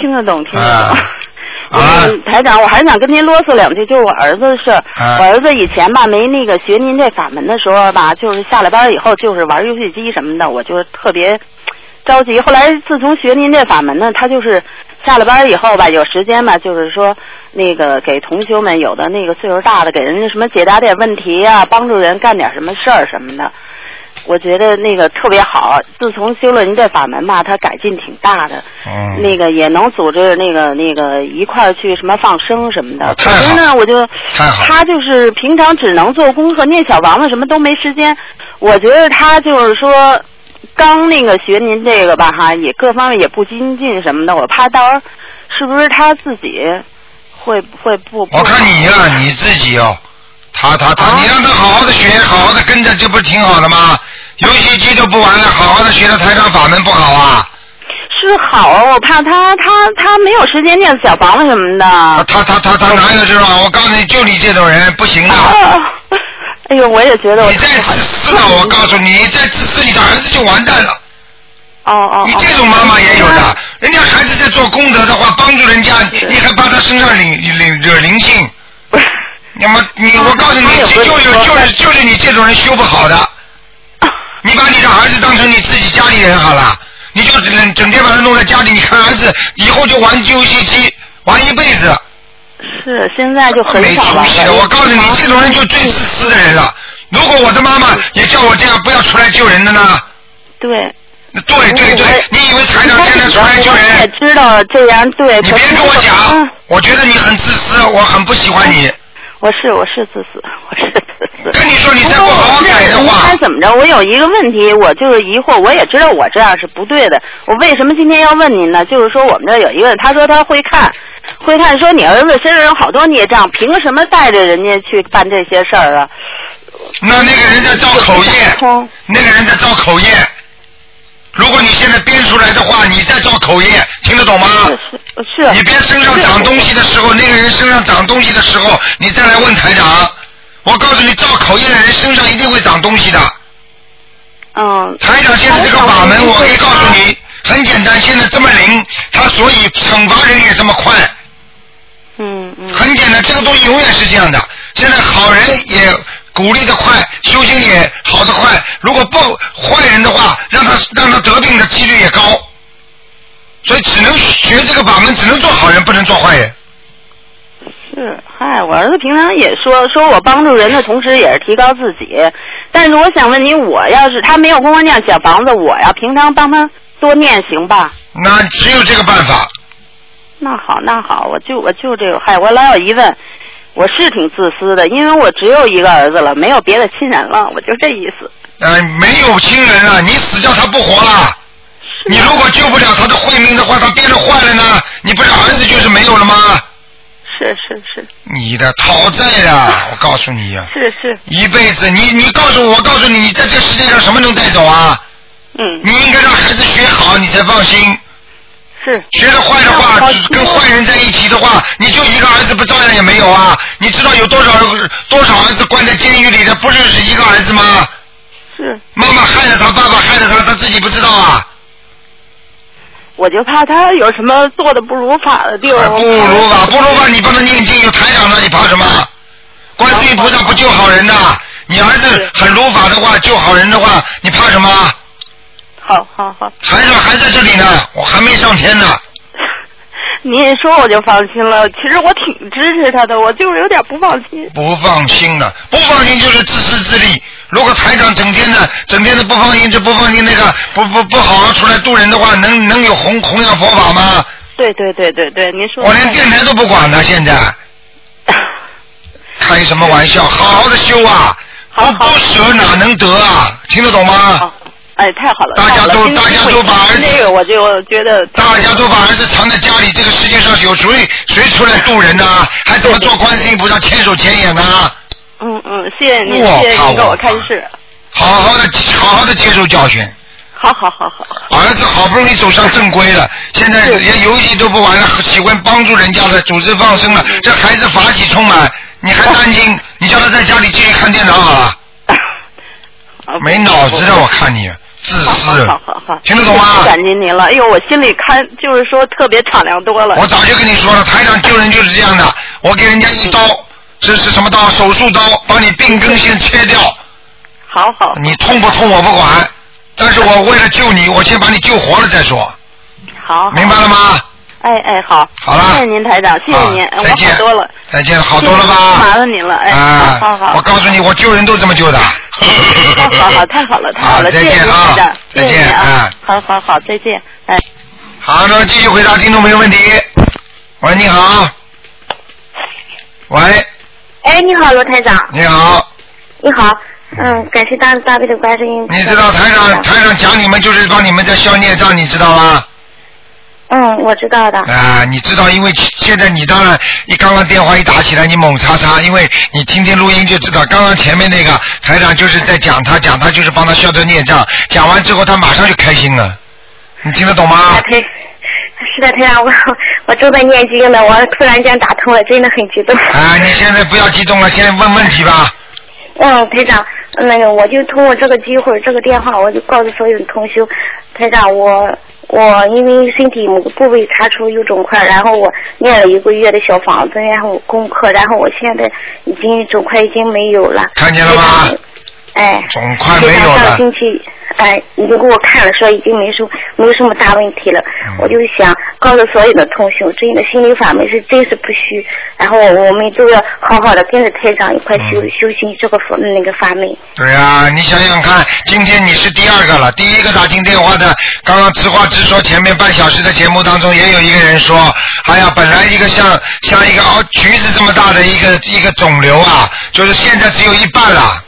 E: 听得懂，听得
B: 啊
E: 懂。
B: 啊
E: 嗯，台 长，我还想跟您啰嗦两句，就是我儿子的事儿。
B: 啊
E: 我儿子以前吧，没那个学您这法门的时候吧，就是下了班以后就是玩游戏机什么的，我就特别着急。后来自从学您这法门呢，他就是下了班以后吧，有时间吧，就是说那个给同学们有的那个岁数大的，给人家什么解答点问题啊，帮助人干点什么事儿什么的。我觉得那个特别好，自从修了您这法门吧，他改进挺大的。
B: 嗯。
E: 那个也能组织那个那个一块儿去什么放生什么的
B: 啊。
E: 可
B: 太好
E: 是呢，我就
B: 太好
E: 他就是平常只能做功课、念小王子，什么都没时间。我觉得他就是说，刚那个学您这个吧哈，也各方面也不精进什么的，我怕到时候是不是他自己会会不？不
B: 我看你呀、你自己哦，他他他，
E: 啊
B: 你让他好好的学，好好的跟着，这不是挺好的吗？游戏机都不玩了，好好的学的台长法门不好啊？
E: 是好啊，我怕他他他没有时间念小房子什么的。
B: 啊他他他他哪有这种？我告诉你，就你这种人不行的。
E: 啊 哎呦，我也觉得我
B: 你再自私的，我告诉你，你再自私，你的孩子就完蛋了。
E: 哦哦，哦啊
B: 你这种妈妈也有的，人家孩子在做功德的话，帮助人家，你还把他身上领领惹灵 性。那么你，我告
E: 啊
B: 诉你，这就是就是就是你这种人修不好 的。你把你的孩子当成你自己家里人好了，你就整整天把他弄在家里，你看儿子以后就玩游戏机，玩一辈子。
E: 是现在就很
B: 没
E: 少
B: 出
E: 玩
B: 息的，
E: 了。
B: 我告诉你，这种人就最自私的人了。如果我的妈妈也叫我这样不要出来救人的呢？
E: 对。
B: 对对对，你以为台长现在出来救
E: 我也
B: 人？
E: 知道这样对。
B: 你
E: 可
B: 别
E: 是
B: 跟我
E: 嗯
B: 讲，我觉得你很自私，我很不喜欢你。
E: 我是我是自私，我是自私。
B: 跟你说，你
E: 不
B: 再
E: 过
B: 不好
E: 我
B: 好
E: 不
B: 改
E: 知
B: 的
E: 道
B: 话
E: 该，怎么着？我有一个问题，我就是疑惑，我也知道我这样是不对的。我为什么今天要问您呢？就是说我们这儿有一个人，他说他会看，会看，说你儿子身上有好多孽障，凭什么带着人家去办这些事儿啊？
B: 那那个人在造口业，
E: 通
B: 那个人在造口业。如果你现在编出来的话，你在造口业，听得懂吗？
E: 是是
B: 你别身上长东西的时候，那个人身上长东西的时候，你再来问台长。我告诉你，造口业的人身上一定会长东西的。
E: 嗯，
B: 台长现在这个法门，我可以告诉
E: 你。
B: 你，很简单，现在这么灵，他所以惩罚人也这么快。
E: 嗯嗯。
B: 很简单，这个东西永远是这样的。现在好人也鼓励的快，修行也好的快。如果不坏人的话，让他让他得病的几率也高。所以只能学这个法门，只能做好人，不能做坏人。
E: 是，嗨，我儿子平常也说，说我帮助人的同时，也是提高自己。但是我想问您，我要是他没有跟我念小房子，我要平常帮他多念行吧？
B: 那只有这个办法。
E: 那好，那好，我就我就这个，嗨，我老有疑问，我是挺自私的，因为我只有一个儿子了，没有别的亲人了，我就这意思。
B: 呃，没有亲人了，你死掉他不活了。你如果救不了他的慧命的话，他变得坏了呢？你不是儿子就是没有了吗？
E: 是是是
B: 你的讨债呀！我告诉你啊呀、
E: 是是，
B: 一辈子你你告诉我，我告诉你，你在这世界上什么能带走啊？
E: 嗯
B: 你应该让孩子学好，你才放心。
E: 是
B: 学了坏的话，跟坏人在一起的话，你就一个儿子不照样也没有啊？你知道有多少多少儿子关在监狱里的，不是是一个儿子吗？
E: 是，
B: 妈妈害了他，爸爸害了他，他自己不知道啊，
E: 我就怕他有什么做的不如法的地
B: 哎
E: 方。
B: 不如法，不如法，你帮他念经，有台长呢，你怕什么？观世音菩萨不救好人呐、你儿子很如法的话，救好人的话，你怕什么？
E: 好好好，
B: 台长还在这里呢，我还没上天呢。
E: 您一说我就放心了。其实我挺支持他的，我就是有点不放心。
B: 不放心了，不放心就是自私自利。如果台长整天的、整天的不放心这不放心那个，不不不好好出来度人的话，能能有弘弘扬佛法吗？
E: 对对对对对，您说的
B: 我连电台都不管了， 现在开什么玩笑？好好的修啊，
E: 好
B: 不
E: 好
B: 不舍哪能得啊？听得懂吗
E: 好？哎，太好了，
B: 大家
E: 太好了
B: 都
E: 今天
B: 大家
E: 会
B: 都把儿子
E: 那个，我就觉得
B: 大家都把儿子藏在家里，这个世界上有谁谁出来度人呐、还怎么做观世音菩萨千手千眼呢、
E: 嗯嗯，谢谢您，
B: 我
E: 谢谢
B: 怕
E: 您给
B: 我
E: 我
B: 怕
E: 开示。
B: 好好的，好好的接受教训。
E: 好好好好，
B: 儿子好不容易走上正规了，现在连游戏都不玩了，喜欢帮助人家了，组织放生了，
E: 嗯
B: 这孩子法喜充满，你还担 心？你叫他在家里继续看电脑好了，
E: 啊
B: 没脑子让我看你，啊自
E: 好
B: 私
E: 好，好好，
B: 听得懂吗
E: 太感激您了，哎呦，我心里看就是说特别敞亮多了。
B: 我早就跟你说了，台长救人就是这样的，我给人家一刀，
E: 嗯
B: 这是什么刀？手术刀，把你病根先切掉，
E: 好好，
B: 你痛不痛我不管，但是我为了救你，我先把你救活了再说，
E: 好，
B: 明白了吗？
E: 哎哎好，
B: 好了
E: 谢谢您台长，谢谢您，
B: 啊
E: 哎
B: 再
E: 我
B: 见
E: 好多了，
B: 再见，好多了吧？
E: 麻烦您了，哎，
B: 啊，
E: 好好好，
B: 我告诉你，我救人都这么救的。
E: 好 好好，太好了太好了，
B: 再
E: 谢谢
B: 见
E: 您台
B: 啊
E: 长，，
B: 再
E: 谢谢
B: 见
E: 您
B: 啊
E: 啊。，好好好，再见，哎。
B: 好，那么继续回答听众朋友问题。喂，你好。喂，
F: 哎，你好，罗台长，
B: 你好，
F: 你好，嗯，感谢大大悲的观世音菩萨。
B: 你知
E: 哎
B: 道台长台长讲你们就是帮你们在消孽障，你知道吗？
F: 嗯，我知道的。
B: 啊，你知道，因为现在你当然，你刚刚电话一打起来，你猛叉叉，因为你听听录音就知道，刚刚前面那个台长就是在讲他，讲他就是帮他消掉孽障，讲完之后他马上就开心了，你听得懂吗？
F: 啊，台，是的，台长，我 我正在念经呢，我突然间打通了，真的很激动。
B: 啊，你现在不要激动了，现在问问题吧。
F: 嗯，台长，那个我就通过这个机会，这个电话，我就告诉所有的同修，台长，我我因为身体某个部位查出有肿块，然后我念了一个月的小房子，然后功课，然后我现在已经肿块已经没有了。
B: 看见了吗
F: 台长？哎，
B: 肿块没有
F: 台长
B: 了
F: 上星期，哎，已经给我看了，说已经没什么没有什么大问题了。
B: 嗯
F: 我就想告诉所有的同修，真的心理法门是真是不虚，然后我们都要好好的跟着台长一块修、
B: 嗯
F: 修行这个法那个法门。
B: 对呀、你想想看，今天你是第二个了，第一个打进电话的，刚刚直话直说，前面半小时的节目当中也有一个人说，哎呀，本来一个像像一个哦橘子这么大的一个一个肿瘤啊，就是现在只有一半了，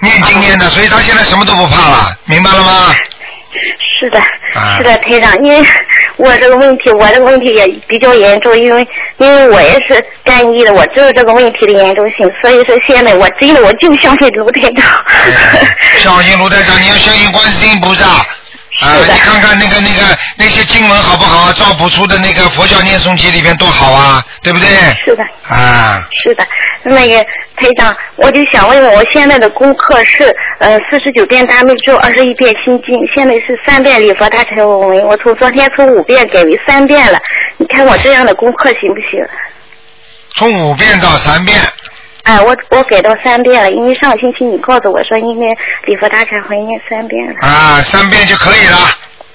B: 念经念的，所以他现在什么都不怕了，明白了 吗？
F: 是的，
B: 啊
F: 是的，台长，因为我这个问题，我这个问题也比较严重，因为因为我也是干医的，我知道这个问题的严重性，所以说现在我真的我就相信卢台长。
B: 孝心卢台长，你要相信观世音菩萨。啊，
F: 是
B: 你
F: 的
B: 看看那个那个那些经文好不好啊？赵朴初的那个佛教念诵集里边多好啊，对不对？
F: 是的。
B: 啊，
F: 是的，那个台长，我就想问问，我现在的功课是呃四十九遍大悲咒，二十一遍心经，现在是三遍礼佛大忏悔文，我从昨天从五遍改为三遍了，你看我这样的功课行不行？
B: 从五遍到三遍，
F: 哎，我我改到三遍了，因为上个星期你告诉我说应该礼佛大忏悔念三遍了，
B: 啊，三遍就可以了。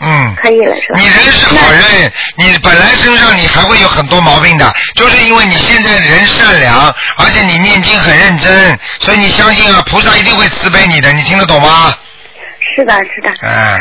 B: 嗯，
F: 可以了是吧
B: 你？人是好人，你本来身上你还会有很多毛病的，就是因为你现在人善良，而且你念经很认真，所以你相信啊，菩萨一定会慈悲你的，你听得懂吗？
F: 是的，是的。
B: 哎、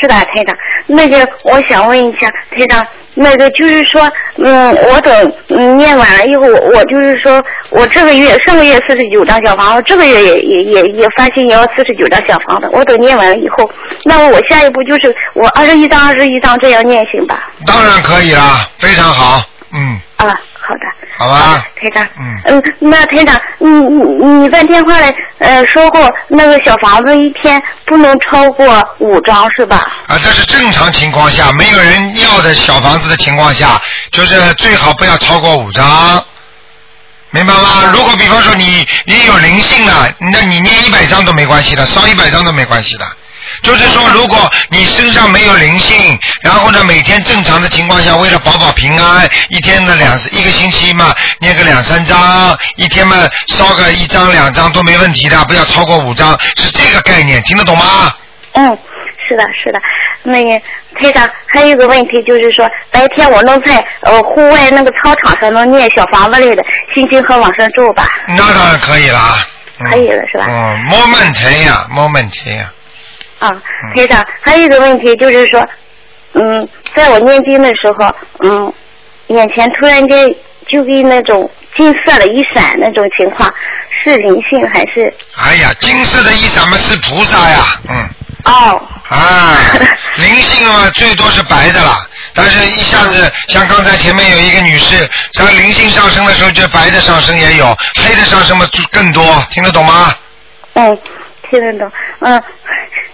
F: 是的，台长。那个，我想问一下，台长，那个就是说，嗯，我等嗯念完了以后，我我就是说我这个月上个月四十九张小房子，这个月也也也也发心也要四十九张小房子，我等念完了以后，那么我下一步就是我二十一张二十一张这样念行吧？
B: 当然可以啦，非常好。嗯，
F: 啊，好的，
B: 好吧？
F: 台长。
B: 嗯
F: 嗯，那台长，你你你在电话里呃说过，那个小房子一天不能超过五张是吧？
B: 啊，这是正常情况下，没有人要的小房子的情况下，就是最好不要超过五张，明白吗？如果比方说你你有灵性了，那你念一百张都没关系的，烧一百张都没关系的。就是说，如果你身上没有灵性，然后呢，每天正常的情况下，为了保保平安，一天呢两一个星期嘛，念个两三张，一天嘛烧个一张两张都没问题的，不要超过五张，是这个概念，听得懂吗？
F: 嗯，是的，是的。那个台长，还有一个问题就是说，白天我能在呃户外那个操场上能念小房子里的心经和往生咒吧？
B: 那当然可以啦。嗯
F: 可以了是吧
B: 嗯，没问题呀，没问题呀。
F: 啊，台长，还有一个问题就是说，嗯，在我念经的时候，嗯，眼前突然间就跟那种金色的一闪那种情况，是灵性还是？
B: 哎呀，金色的衣裳嘛是菩萨呀，嗯
F: 哦，
B: 啊，灵性嘛最多是白的啦，但是一下子像刚才前面有一个女士，她灵性上升的时候，就白的上升也有，黑的上升嘛就更多，听得懂吗？
F: 嗯，听得懂。嗯，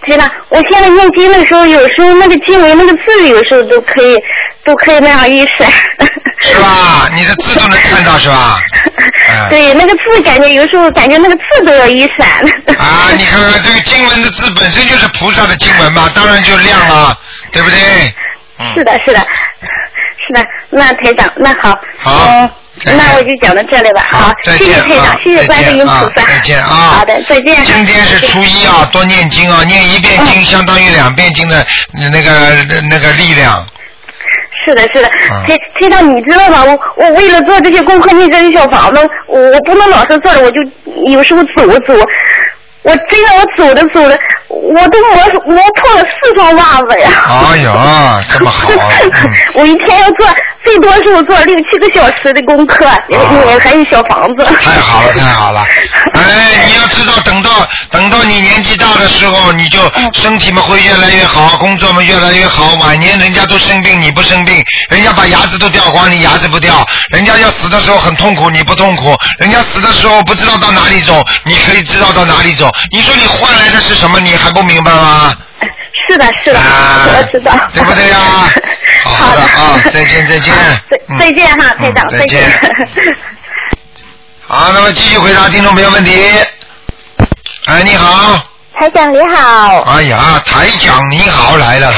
F: 台长，我现在念经的时候，有时候那个经文那个字，有时候都可以，都可以那样一闪。
B: 是吧？你的字都能看到是 吧？嗯。
F: 对，那个字感觉有时候感觉那个字都要一闪。
B: 啊，你看看这个经文的字本身就是菩萨的经文嘛，当然就亮了，对不对？
F: 是的，是的，是的。那台长，那好，
B: 好
F: 嗯，
B: 再见
F: 那我就讲到这里吧。好，
B: 再
F: 谢
B: 见
F: 谢台
B: 啊
F: 长，谢谢观世音菩
B: 再见啊
F: 萨。
B: 再见啊
F: 好的，再见。嗯
B: 今天是初一啊，多念经啊，念一遍经相当于两遍经的那个那个力量。
F: 是的，是的，
B: 嗯
F: 这这道你知道吗？我我为了做这些功课，念这些小房子，我我不能老是做着，我就有时候走啊走，我真的我走着走着，我都磨磨破了四双袜子呀！
B: 哎呦，这么好，嗯
F: 我一天要做最多是我做六七个小时的功课，因为因为还有小房子。
B: 太好了，太好了。哎，你要知道，等到等到你年纪大的时候，你就
F: 嗯
B: 身体嘛会越来越好，工作嘛越来越好。晚年人家都生病，你不生病；人家把牙齿都掉光，你牙齿不掉；人家要死的时候很痛苦，你不痛苦；人家死的时候不知道到哪里走，你可以知道到哪里走。你说你换来的是什么？你还不明白吗？
F: 是的，是的，
B: 啊
F: 我知道。
B: 对不对呀 好的啊，再见再见。
F: 再再见哈，台长，
B: 嗯再
F: 再
B: 见
F: 见。
B: 好，那么继续回答听众朋友问题。哎，你好，
G: 台长你好，
B: 哎呀，台长你好来了。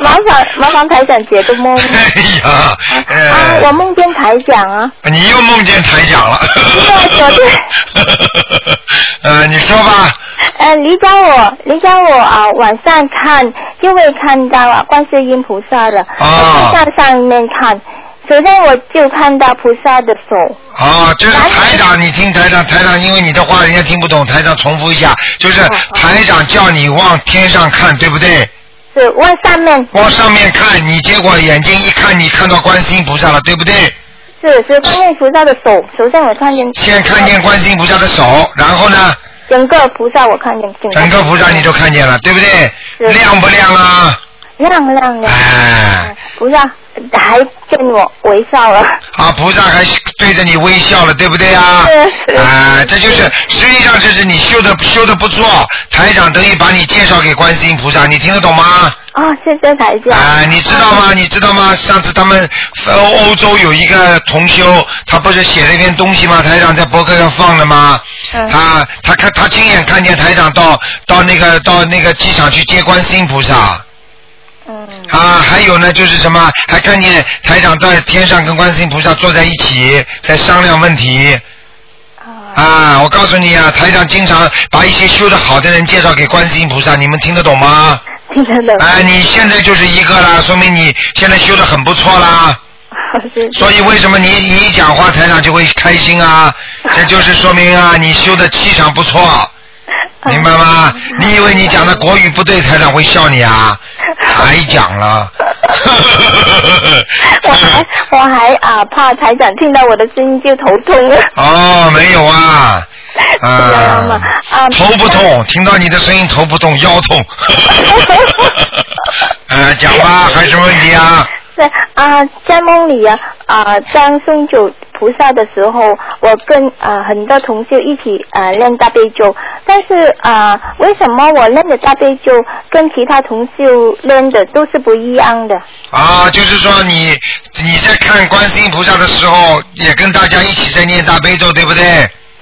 G: 麻烦麻烦台长解个梦
B: 哎呀，
G: 啊！
B: 呃
G: 我梦见台长啊，
B: 你又梦见台长了。
G: 对对对。
B: 呃，你说吧，
G: 呃，你教我你教我啊，晚上看就会看到啊观世音菩萨的，
B: 啊
G: 我就上上面看，首先我就看到菩萨的手，
B: 啊，就是台长，你听台长，台长，因为你的话人家听不懂，台长重复一下，就是
G: 哦
B: 台长叫你往天上看，对不对？
G: 是往上面
B: 往上面看，你结果眼睛一看，你看到观世音菩萨了，对不对？
G: 是是观世音菩萨的手，首先我看见
B: 先看见观世音菩萨的手，然后呢，
G: 整个菩萨，我看见
B: 整个菩萨你都看见了，对不对？
G: 是
B: 亮不亮啊？
G: 亮亮的，
B: 哎，
G: 菩萨还见我微 笑了，
B: 啊，菩萨还对着你微笑了，对不对啊？
G: 是
B: 啊，这就是实际上这是你修的修的不错，台长等于把你介绍给观世音菩萨，你听得懂吗？
G: 啊，谢谢台长。嗯
B: 啊，你知道吗？你知道吗？上次他们呃欧洲有一个同修，他不是写了一篇东西吗？台长在博客上放了吗？
G: 嗯
B: 他他看他亲眼看见台长到到那个到那个机场去接观世音菩萨。
G: 嗯
B: 啊，还有呢，就是什么，还看见台长在天上跟观世音菩萨坐在一起，在商量问题。啊，我告诉你啊，台长经常把一些修得好的人介绍给观世音菩萨，你们听得懂吗？
G: 听得懂。
B: 哎，你现在就是一个啦，说明你现在修得很不错啦。
G: 谢谢。
B: 所以为什么你你一讲话，台长就会开心啊？这就是说明啊，你修的气场不 错，明白吗？
G: 嗯
B: 你以为你讲的国语不对，台长会笑你啊？还讲了。
G: 我还我还啊怕台长听到我的声音就头痛了，
B: 哦，没有啊。
G: 知道吗
B: 啊
G: 啊，
B: 头不痛，听到你的声音头呃不痛，腰痛。啊，讲吧，还有什么问题啊？
G: 是是啊、在梦里啊啊、当送九菩萨的时候，我跟啊、很多同修一起啊、练大悲咒，但是啊、为什么我练的大悲咒跟其他同修练的都是不一样的？
B: 啊，就是说你你在看观世音菩萨的时候，也跟大家一起在念大悲咒，对不对？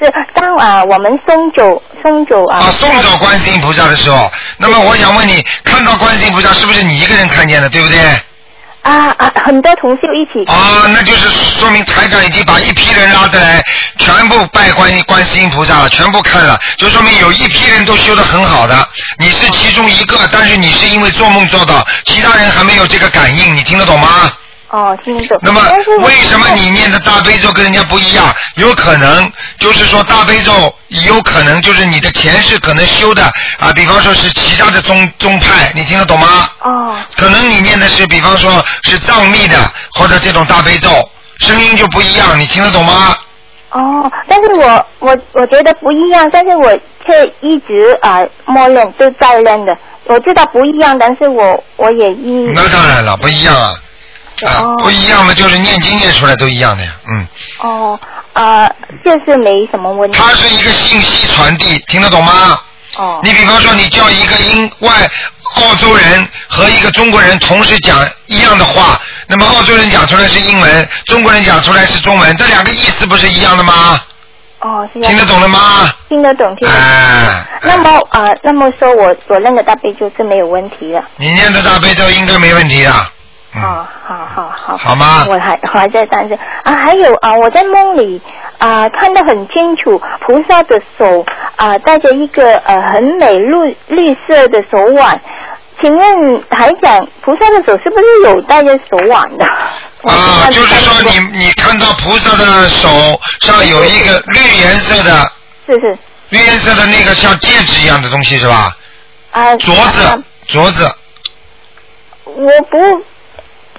G: 是当啊、我们送九送九啊
B: 啊，送到观世音菩萨的时候，那么我想问你，看到观世音菩萨是不是你一个人看见的，对不对？
G: 啊啊，很多同修一起
B: 啊，那就是说明台长已经把一批人拉得来，全部拜观观世音菩萨了，全部看了，就说明有一批人都修得很好的，你是其中一个，但是你是因为做梦做到，其他人还没有这个感应，你听得懂吗？
G: 哦，听得懂。
B: 那么为什么你念的大悲咒跟人家不一样？有可能就是说大悲咒有可能就是你的前世可能修的啊，比方说是其他的宗宗派，你听得懂吗？
G: 哦。
B: 可能你念的是比方说是藏密的或者这种大悲咒，声音就不一样，你听得懂吗？
G: 哦，但是我我我觉得不一样，但是我却一直啊、默认都在认的。我知道不一样，但是我我也一
B: 那当然了，不一样啊。啊，不一样嘛，就是念经念出来都一样的呀，嗯，
G: 哦啊、就是没什么问题。
B: 它是一个信息传递，听得懂吗？
G: 哦
B: 你比方说，你叫一个英外澳洲人和一个中国人同时讲一样的话，那么澳洲人讲出来是英文，中国人讲出来是中文，这两个意思不是一样的吗？
G: 哦，是这
B: 听
G: 样
B: 得懂了吗？
G: 听得懂，听得懂。
B: 哎，
G: 那么啊、那么说我我认的大悲咒是没有问题的。
B: 你念的大悲咒应该没问题的，
G: 啊，好好好，
B: 好吗
G: 我还我还在担心啊，还有啊，我在梦里啊看得很清楚，菩萨的手啊戴着一个呃很美绿绿色的手腕，请问台长，菩萨的手是不是有戴着手腕的？
B: 啊，就是说你你看到菩萨的手上有一个绿颜色的
G: 是是
B: 绿颜色的那个像戒指一样的东西是吧？
G: 啊，
B: 镯子，镯子，
G: 我不，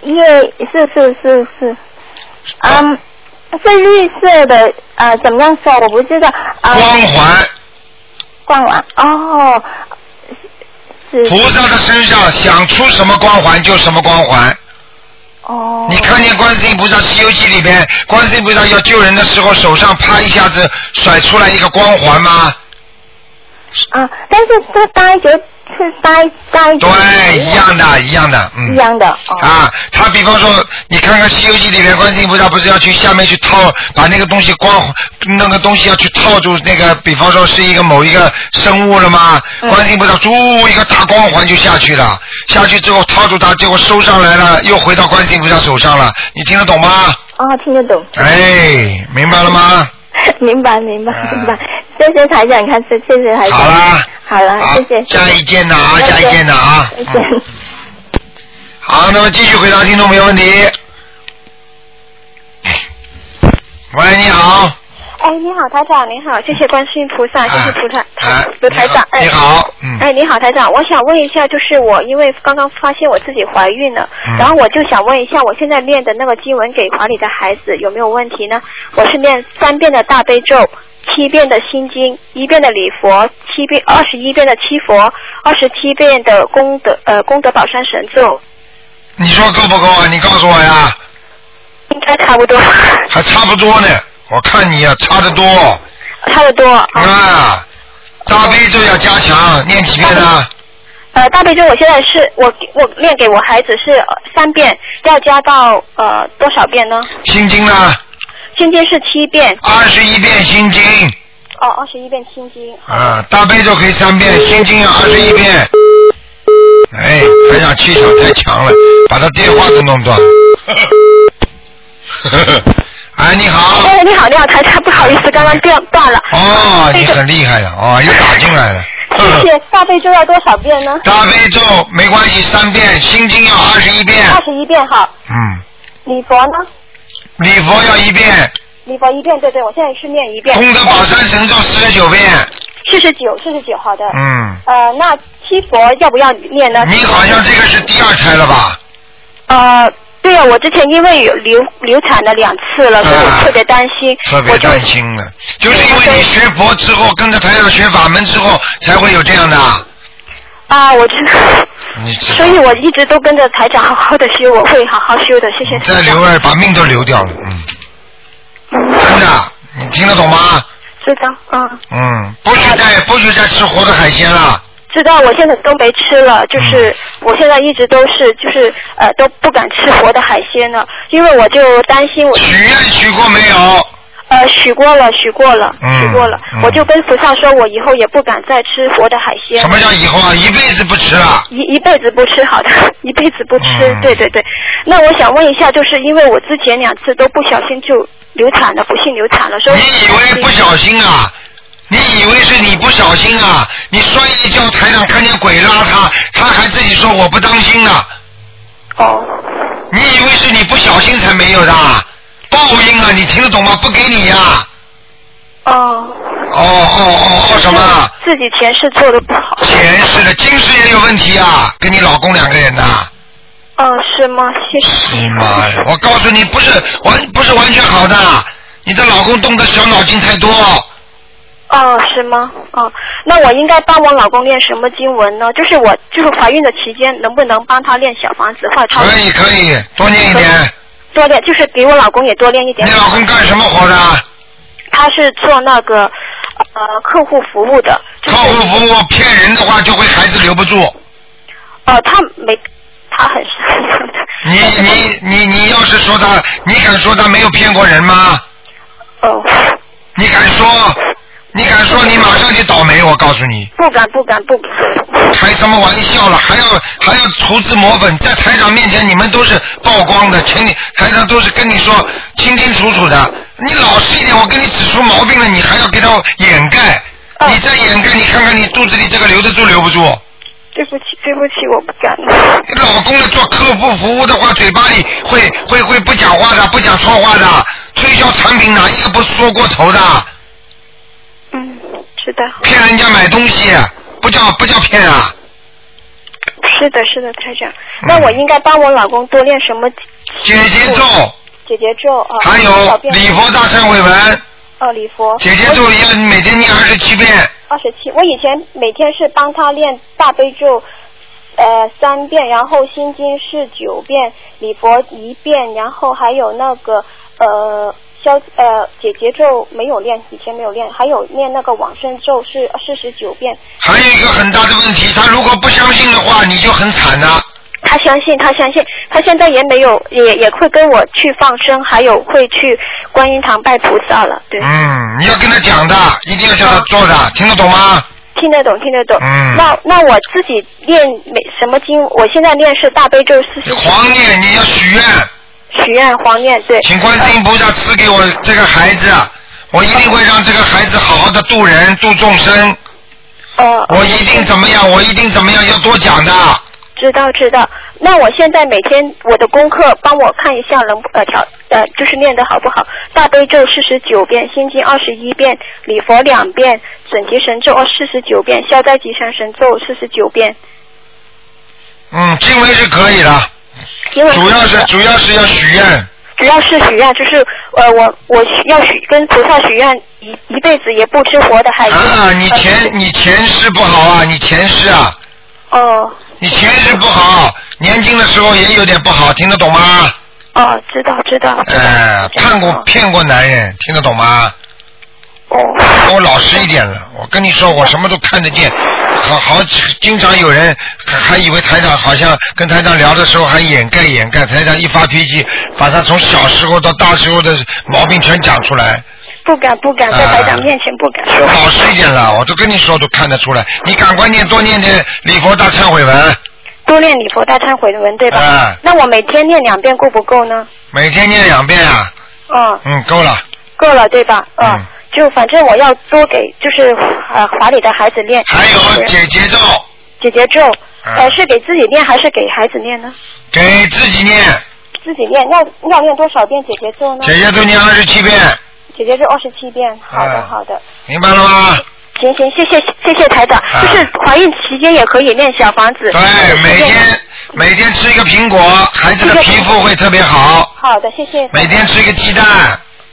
G: 也是是是是，嗯，是绿色的，呃，怎么样说？我不知道。啊，
B: 光环。
G: 逛完哦，是
B: 菩萨的身上想出什么光环就什么光环。
G: 哦。
B: 你看见观世音菩萨《西游记》里边，观世音菩萨要救人的时候，手上啪一下子甩出来一个光环吗？
G: 啊，但是这呆着是呆呆着。
B: 对，一样的，一样的，嗯
G: 一。样的哦。
B: 啊，他比方说，你看看《西游记》里面，观世音菩萨不是要去下面去套，把那个东西光那个东西要去套住那个，比方说是一个某一个生物了吗？
G: 嗯
B: 观世音菩萨呜一个大光环就下去了，下去之后套住它，结果收上来了，又回到观世音菩萨手上了。你听得懂吗？
G: 哦，听得懂，
B: 哎，明白了吗？ 啊
G: 明白明白明白。谢谢台长，看谢谢台长。
B: 好啦，
G: 好了，
B: 好
G: 谢谢。
B: 再见了啊，再见了啊。
G: 再见。
B: 好，那么继续回答听众朋友问题。喂，你好。
H: 哎，你好，台长，你好，谢谢观世音菩萨，谢谢菩萨，
B: 哎，
H: 卢台长，哎，
B: 啊你好，嗯，
H: 哎，你好，台长，我想问一下，就是我因为刚刚发现我自己怀孕了，
B: 嗯
H: 然后我就想问一下，我现在练的那个经文给怀里的孩子有没有问题呢？我是练三遍的大悲咒，七遍的心经，一遍的礼佛，七遍二十一遍的七佛，二十七遍的功德呃功德宝山神咒，
B: 你说够不够啊？你告诉我呀，
H: 应该差不多，
B: 还差不多呢。我看你呀、差得多
H: 差不多。
B: 啊。大悲咒要加强，念几遍啊呢？
H: 呃，大悲咒我现在是我我练给我孩子是呃三遍，要加到呃多少遍呢？
B: 心经呢？
H: 心经是七遍，
B: 二十一遍心经
H: 哦，二十一遍心经。
B: 啊，大悲咒可以三遍，心经要二十一遍。哎，台长气场太强了，把他电话都弄断了。 哎，你好。
H: 哎，你好，你好，台长，不好意思，刚刚断断了。
B: 哦，
H: 那
B: 你
H: 个
B: 很厉害的哦，又打进来了。
H: 谢谢，大悲咒要多少遍呢？
B: 嗯大悲咒没关系，三遍，心经要二十一遍，
H: 二十一遍哈。
B: 嗯，
H: 礼佛呢？
B: 礼佛要一遍，
H: 礼佛一遍，对对，我现在是念一遍。
B: 功德宝山神咒四十九遍，
H: 四十九，四十九，好的。
B: 嗯，
H: 呃，那七佛要不要念呢？
B: 你好像这个是第二胎了吧？
H: 呃，对呀、我之前因为有流流产了两次
B: 啊
H: 了，所以我特别担心。
B: 特别担心了，就是因为你学佛之后，跟着台上学法门之后，才会有这样的。
H: 啊，我知道，
B: 你知
H: 所以我一直都跟着台长好好的修，我会好好修的，谢谢。
B: 再留着把命都留掉了，嗯，真的，你听得懂吗？
H: 知道，嗯，
B: 嗯，不许再不许再吃活的海鲜了，
H: 知道，我现在都没吃了，
B: 嗯
H: 就是我现在一直都是就是呃都不敢吃活的海鲜了，因为我就担心我许
B: 愿许过没有？嗯
H: 呃，许过了，许过了，许过了，我就跟菩萨说，我以后也不敢再吃活的海鲜。
B: 什么叫以后啊？一辈子不吃了。嗯
H: 一一辈子不吃好的，一辈子不吃， 对对对。那我想问一下，就是因为我之前两次都不小心就流产了，不幸流产了，所以
B: 你以为不小心啊？你以为是你不小心啊？你摔一跤，台上看见鬼拉他，他还自己说我不当心呢。
H: 哦。
B: 你以为是你不小心才没有的啊？报应啊！你听得懂吗？不给你呀、
H: 哦，
B: 哦哦哦哦，什么啊？
H: 自己前世做的不好。
B: 前世的，今世也有问题啊！跟你老公两个人呐、
H: 哦，是吗？谢谢。
B: 你妈呀！我告诉你，不是完，不是完全好的。你的老公动的小脑筋太多。
H: 哦，是吗？哦，那我应该帮我老公念什么经文呢？就是我就是怀孕的期间，能不能帮他练小房子，或者他
B: 可以可以，多念一点。
H: 多练，就是给我老公也多练一点。
B: 你老公干什么活的？
H: 他是做那个呃客户服务的，
B: 客户服务骗人的话，就会孩子留不住。
H: 呃，他没，他很善良的。
B: 你你你你要是说他，你敢说他没有骗过人吗？
H: 哦。
B: 你敢说？你敢说你马上就倒霉？我告诉你，
H: 不敢不敢不敢。
B: 开什么玩笑了？还要还要涂脂抹粉，在台长面前你们都是曝光的，请你台长都是跟你说清清楚楚的。你老实一点，我给你指出毛病了，你还要给他掩盖。
H: 哦
B: 你再掩盖，你看看你肚子里这个留得住留不住？
H: 对不起对不起，我不敢。
B: 你老公的做客户服务的话，嘴巴里会会会不讲话的，不讲错话的，推销产品哪一个不说过头的？
H: 嗯，知道。
B: 骗人家买东西，不叫不叫骗啊！
H: 是的，是的，台长。
B: 嗯
H: 那我应该帮我老公多练什么？
B: 姐姐咒，
H: 姐姐咒啊。
B: 还有礼佛大忏悔文。
H: 哦，礼佛。
B: 姐姐咒要你每天念二十七遍。
H: 二十七，我以前每天是帮他练大悲咒，呃，三遍，然后心经是九遍，礼佛一遍，然后还有那个呃消呃解结咒没有练，以前没有练，还有念那个往生咒是呃四十九遍。
B: 还有一个很大的问题，他如果不相信的话，你就很惨的、啊
H: 他相信，他相信，他现在也没有，也也会跟我去放生，还有会去观音堂拜菩萨了。对，
B: 嗯，你要跟他讲的，一定要叫他做的，听得懂吗？
H: 听得懂，听得懂。
B: 嗯
H: 那那我自己练每什么经？我现在练是大悲咒四十。
B: 黄念，你要许愿，
H: 许愿嗯黄念对。
B: 请观世音菩萨赐给我这个孩子，啊我一定会让这个孩子好好的度人、度众生。
H: 哦。
B: 我一定怎么样？我一定怎么样？要多讲的。
H: 知道知道，那我现在每天我的功课帮我看一下能呃调呃就是练得好不好？大悲咒四十九遍，心经二十一遍，礼佛两遍，准提神咒哦四十九遍，消灾吉祥神咒四十九遍。
B: 嗯，经文是可以的，
H: 因为
B: 主要是主要是要许愿。
H: 只要是许愿，就是呃我我许要许跟菩萨许愿一一辈子也不吃活的海鲜。
B: 啊，你
H: 嗯
B: 前你前世不好啊，你前世啊，
H: 哦
B: 你前世不好，年轻的时候也有点不好，听得懂吗？
H: 哦，知道知道。
B: 呃，骗过骗过男人，听得懂吗？
H: 哦。
B: 我老实一点了，我跟你说，我什么都看得见。好好，经常有人还还以为台长好像跟台长聊的时候还掩盖掩盖，台长一发脾气，把他从小时候到大时候的毛病全讲出来。
H: 不敢不敢，在
B: 啊
H: 台长面前不敢说。
B: 老实一点了，我都跟你说，都看得出来。你赶快念，多念点礼佛大忏悔文，
H: 多练礼佛大忏悔文，对吧？
B: 哎
H: 那我每天念两遍够不够呢？
B: 每天念两遍啊。
H: 嗯，
B: 嗯，够了。
H: 够了，对吧？嗯。就反正我要多给，就是呃华里的孩子练。还有
B: 姐姐咒。
H: 姐姐咒，
B: 嗯
H: 呃，是给自己练还是给孩子练呢？
B: 给自己念，
H: 自己练，要要练多少遍姐姐咒呢？
B: 姐姐咒念二十七遍，
H: 姐姐咒二十七遍，好的、
B: 嗯
H: 好的。
B: 明白了吗？
H: 行行，谢谢谢谢台长，就是怀孕期间也可以练小房子。
B: 哎对，每天 每天吃一个苹果，孩子的皮肤会特别好。
H: 好的，谢谢。
B: 每天吃一个鸡蛋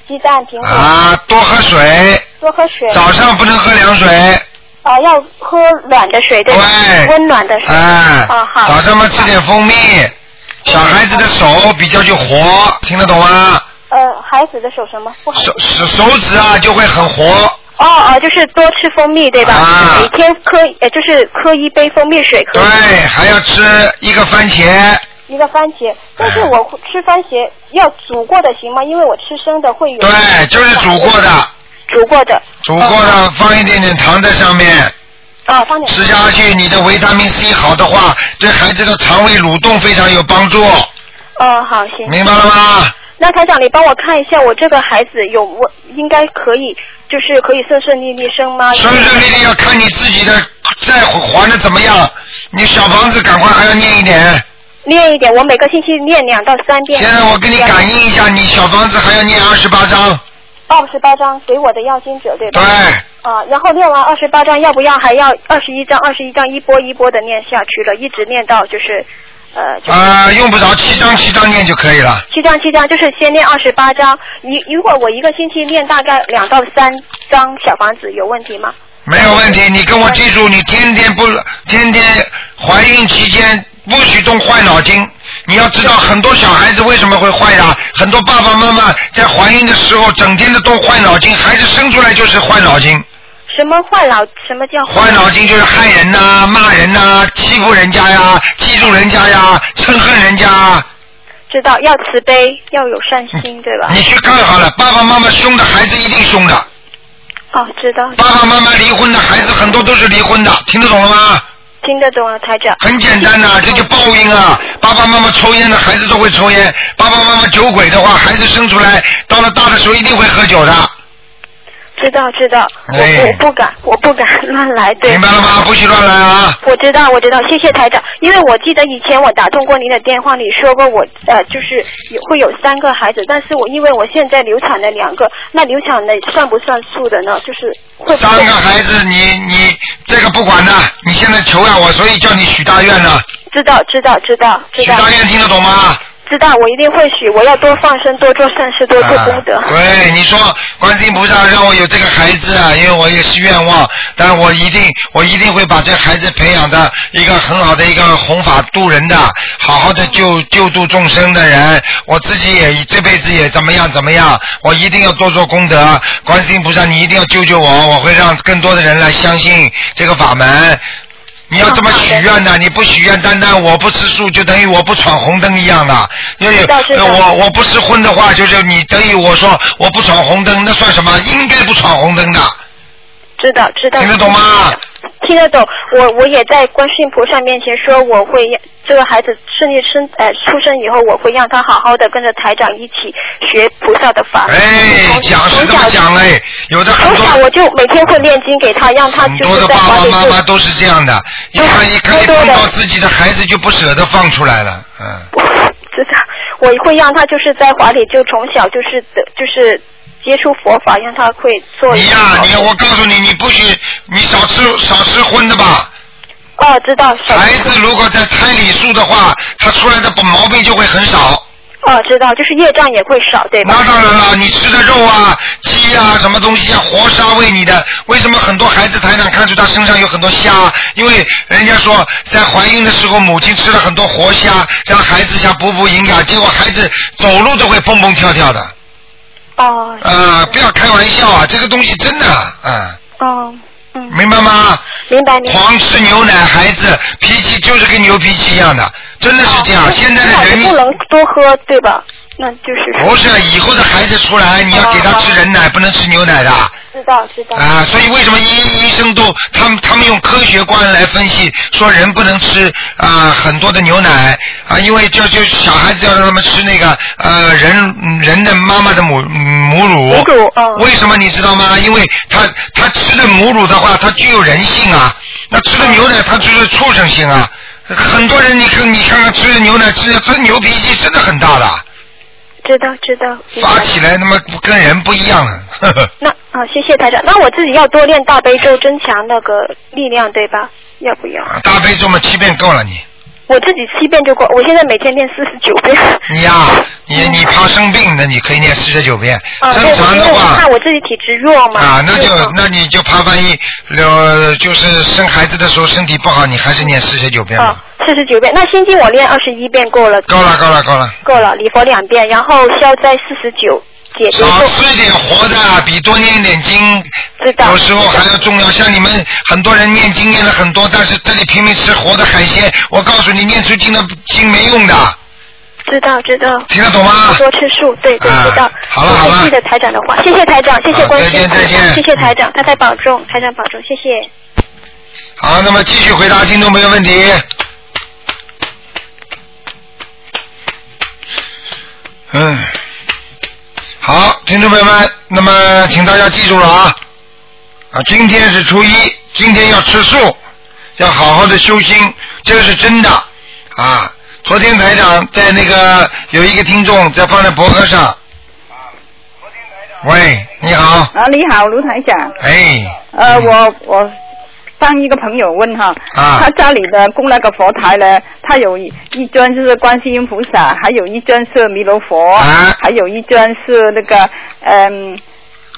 H: 鸡蛋、苹果。
B: 啊，多喝水，
H: 多喝水。
B: 早上不能喝凉水。
H: 呃要喝暖的水对吧？温暖的水。
B: 哎
H: 啊好。
B: 早上嘛吃点蜂蜜，小孩子的手比较就活，听得懂吗？
H: 呃，孩子的手什么不好？
B: 手手手指啊就会很活，
H: 哦哦，就是多吃蜂蜜对吧？
B: 啊
H: 每天喝，呃，就是喝一杯蜂蜜水可以吗。
B: 对，还要吃一个番茄。哎
H: 一个番茄，但是我吃番茄要煮过的行吗？因为我吃生的会有。
B: 对，哎就是煮过的，
H: 煮过的。嗯
B: 煮过的放一点点糖在上面，
H: 啊，放点。
B: 吃下去你的维他命 C 好的话，对孩子的肠胃蠕动非常有帮助。
H: 哦，好，行。
B: 明白了吗？
H: 那台长，你帮我看一下，我这个孩子有我应该可以，就是可以顺顺利利生吗？
B: 顺顺利利要看你自己的债还的怎么样，你小房子赶快还要念一点。
H: 念一点，我每个星期念两到三遍。
B: 现在我给你感应一下，你小房子还要念二十八章，
H: 二十八张给我的要经者，对吧？
B: 对。
H: 啊，然后念完二十八张，要不要还要二十一张？二十一张一波一波的念下去了，一直念到就是，呃，就是
B: 啊、用不着七张七张念就可以了。
H: 七张七张，就是先念二十八张。你如果我一个星期念大概两到三张小房子，有问题吗？
B: 没有问题，你跟我记住，你天天不天天怀孕期间不许动坏脑筋。你要知道，很多小孩子为什么会坏呀、很多爸爸妈妈在怀孕的时候整天的动坏脑筋，孩子生出来就是坏脑筋。
H: 什么坏脑？什么叫
B: 坏脑筋就是害人呐、骂人呐、欺负人家呀、嫉妒人家呀、嗔恨人家。
H: 知道要慈悲，要有善心，对吧？
B: 你去看好了，爸爸妈妈凶的孩子一定凶的，
H: 哦，知道，
B: 爸爸妈妈离婚的孩子很多都是离婚的，听得懂了吗？
H: 听得懂了，台长。嗯
B: 很简单呐、这就报应啊！爸爸妈妈抽烟的孩子都会抽烟，爸爸妈妈酒鬼的话，孩子生出来到了大的时候一定会喝酒的。
H: 知道知道，我
B: 哎
H: 我不敢，我不敢乱来，对。
B: 明白了吗？不许乱来啊！
H: 我知道，我知道，谢谢台长。因为我记得以前我打通过您的电话，你说过我呃，就是有会有三个孩子，但是我因为我现在流产了两个，那流产的算不算数的呢？就是会不
B: 三
H: 会
B: 个孩子，你你这个不管的，你现在求呀、我所以叫你许大愿呢、
H: 知道知道知道知道。
B: 大愿听得懂吗？
H: 知道，我一定会许，我要多放生，多做善事，多做功德。
B: 对，哎你说观世音菩萨让我有这个孩子啊，因为我也是愿望，但我一定我一定会把这孩子培养的一个很好的一个弘法度人的，好好的救救度众生的人。我自己也这辈子也怎么样怎么样，我一定要多做功德。观世音菩萨，你一定要救救我，我会让更多的人来相信这个法门。你要这么许愿的，你不许愿，单单我不吃素，就等于我不闯红灯一样的。因为呃我我不吃荤的话，就是你等于我说我不闯红灯，那算什么？应该不闯红灯的。
H: 知道知道。
B: 听得懂吗？
H: 听得懂，我我也在观世音菩萨面前说，我会让这个孩子顺利生呃出生以后，我会让他好好的跟着台长一起学菩萨的法。
B: 哎，讲是这么讲嘞，有的很
H: 从
B: 多
H: 小我就每天会念经给他，让他
B: 很
H: 就
B: 多
H: 是
B: 的
H: 哎在
B: 爸
H: 法
B: 爸
H: 里
B: 妈
H: 就
B: 妈都是这样的，一看一看一碰到自己的孩子就不舍得放出来了，嗯。
H: 知道，我会让他就是在华里就从小就是得就是接触佛法，让他会做。
B: 你哎呀、你我告诉你，你不许你少吃少吃荤的吧。
H: 哦，知道。
B: 孩子如果在胎里素的话，他出来的毛病就会很少。
H: 哦，知道，就是业障也会少，对吧？
B: 那当然了，你吃的肉啊、鸡啊、什么东西啊，活杀喂你的。为什么很多孩子台长看出他身上有很多虾？因为人家说在怀孕的时候，母亲吃了很多活虾，让孩子想补补营养，结果孩子走路都会蹦蹦跳跳的。
H: 哦。
B: 啊，不要开玩笑啊，这个东西真的，嗯。
H: 哦，
B: 明白吗？
H: 明白。明白
B: 狂吃牛奶，孩子脾气就是跟牛脾气一样的，真的是这样。现在的人
H: 哦不能多喝，对吧？那就是
B: 不是以后的孩子出来，你要给他吃人奶，不能吃牛奶的。
H: 知道知道。
B: 啊，所以为什么医医生都他们他们用科学观来分析，说人不能吃啊、很多的牛奶啊，因为就就小孩子要让他们吃那个呃人嗯人的妈妈的母母乳。
I: 母乳
B: 为什么你知道吗？因为他他吃的母乳的话，它具有人性啊，那吃的牛奶它就是畜生性啊。很多人你看你看看吃的牛奶吃的真牛脾气真的很大的，
H: 知道知道。
B: 发起来他妈跟人不一样了。 呵呵
H: 那啊、谢谢台长。那我自己要多练大悲咒，增强那个力量，对吧？要不要？
B: 大悲咒嘛，七遍够了你。
H: 我自己七遍就够，我现在每天念四十九遍。
B: 你呀、你你怕生病，那你可以念四十九遍。
H: 啊，嗯对，
B: 正
H: 我
B: 常
H: 因
B: 的
H: 为我
B: 话
H: 怕我自己体质弱嘛。
B: 啊，那
H: 所以我
B: 就那你就怕万一呃就是生孩子的时候身体不好，你还是念四十九遍吧。
H: 四十九遍，那心经我练二十一遍够了。
B: 够了够了够了，
H: 够了，礼佛两遍，然后消灾四十九，解决
B: 少吃一点活的比多念一点经，有时候还要重要。像你们很多人念经念了很多，但是这里拼命吃活的海鲜，我告诉你，念出经的经没用的。
H: 知道知道。
B: 听得懂吗啊
H: 多吃素，对对，知道。好了好了。记得台长的话，谢谢台长，谢谢关心，再见谢谢台长，太太保重，台长保重，谢谢。
B: 好，那么继续回答听众朋友问题。嗯，好，听众朋友们，那么请大家记住了啊，啊，今天是初一，今天要吃素，要好好的修心，这个是真的啊。昨天台长在那个有一个听众在放在博客上，喂，你好，
I: 啊，你好，卢台长。
B: 哎，
I: 呃，我我帮一个朋友问哈，
B: 啊
I: 他家里的供那个佛台呢，他有一一尊是观世音菩萨，还有一尊是弥勒佛，
B: 啊
I: 还有一尊是那个嗯。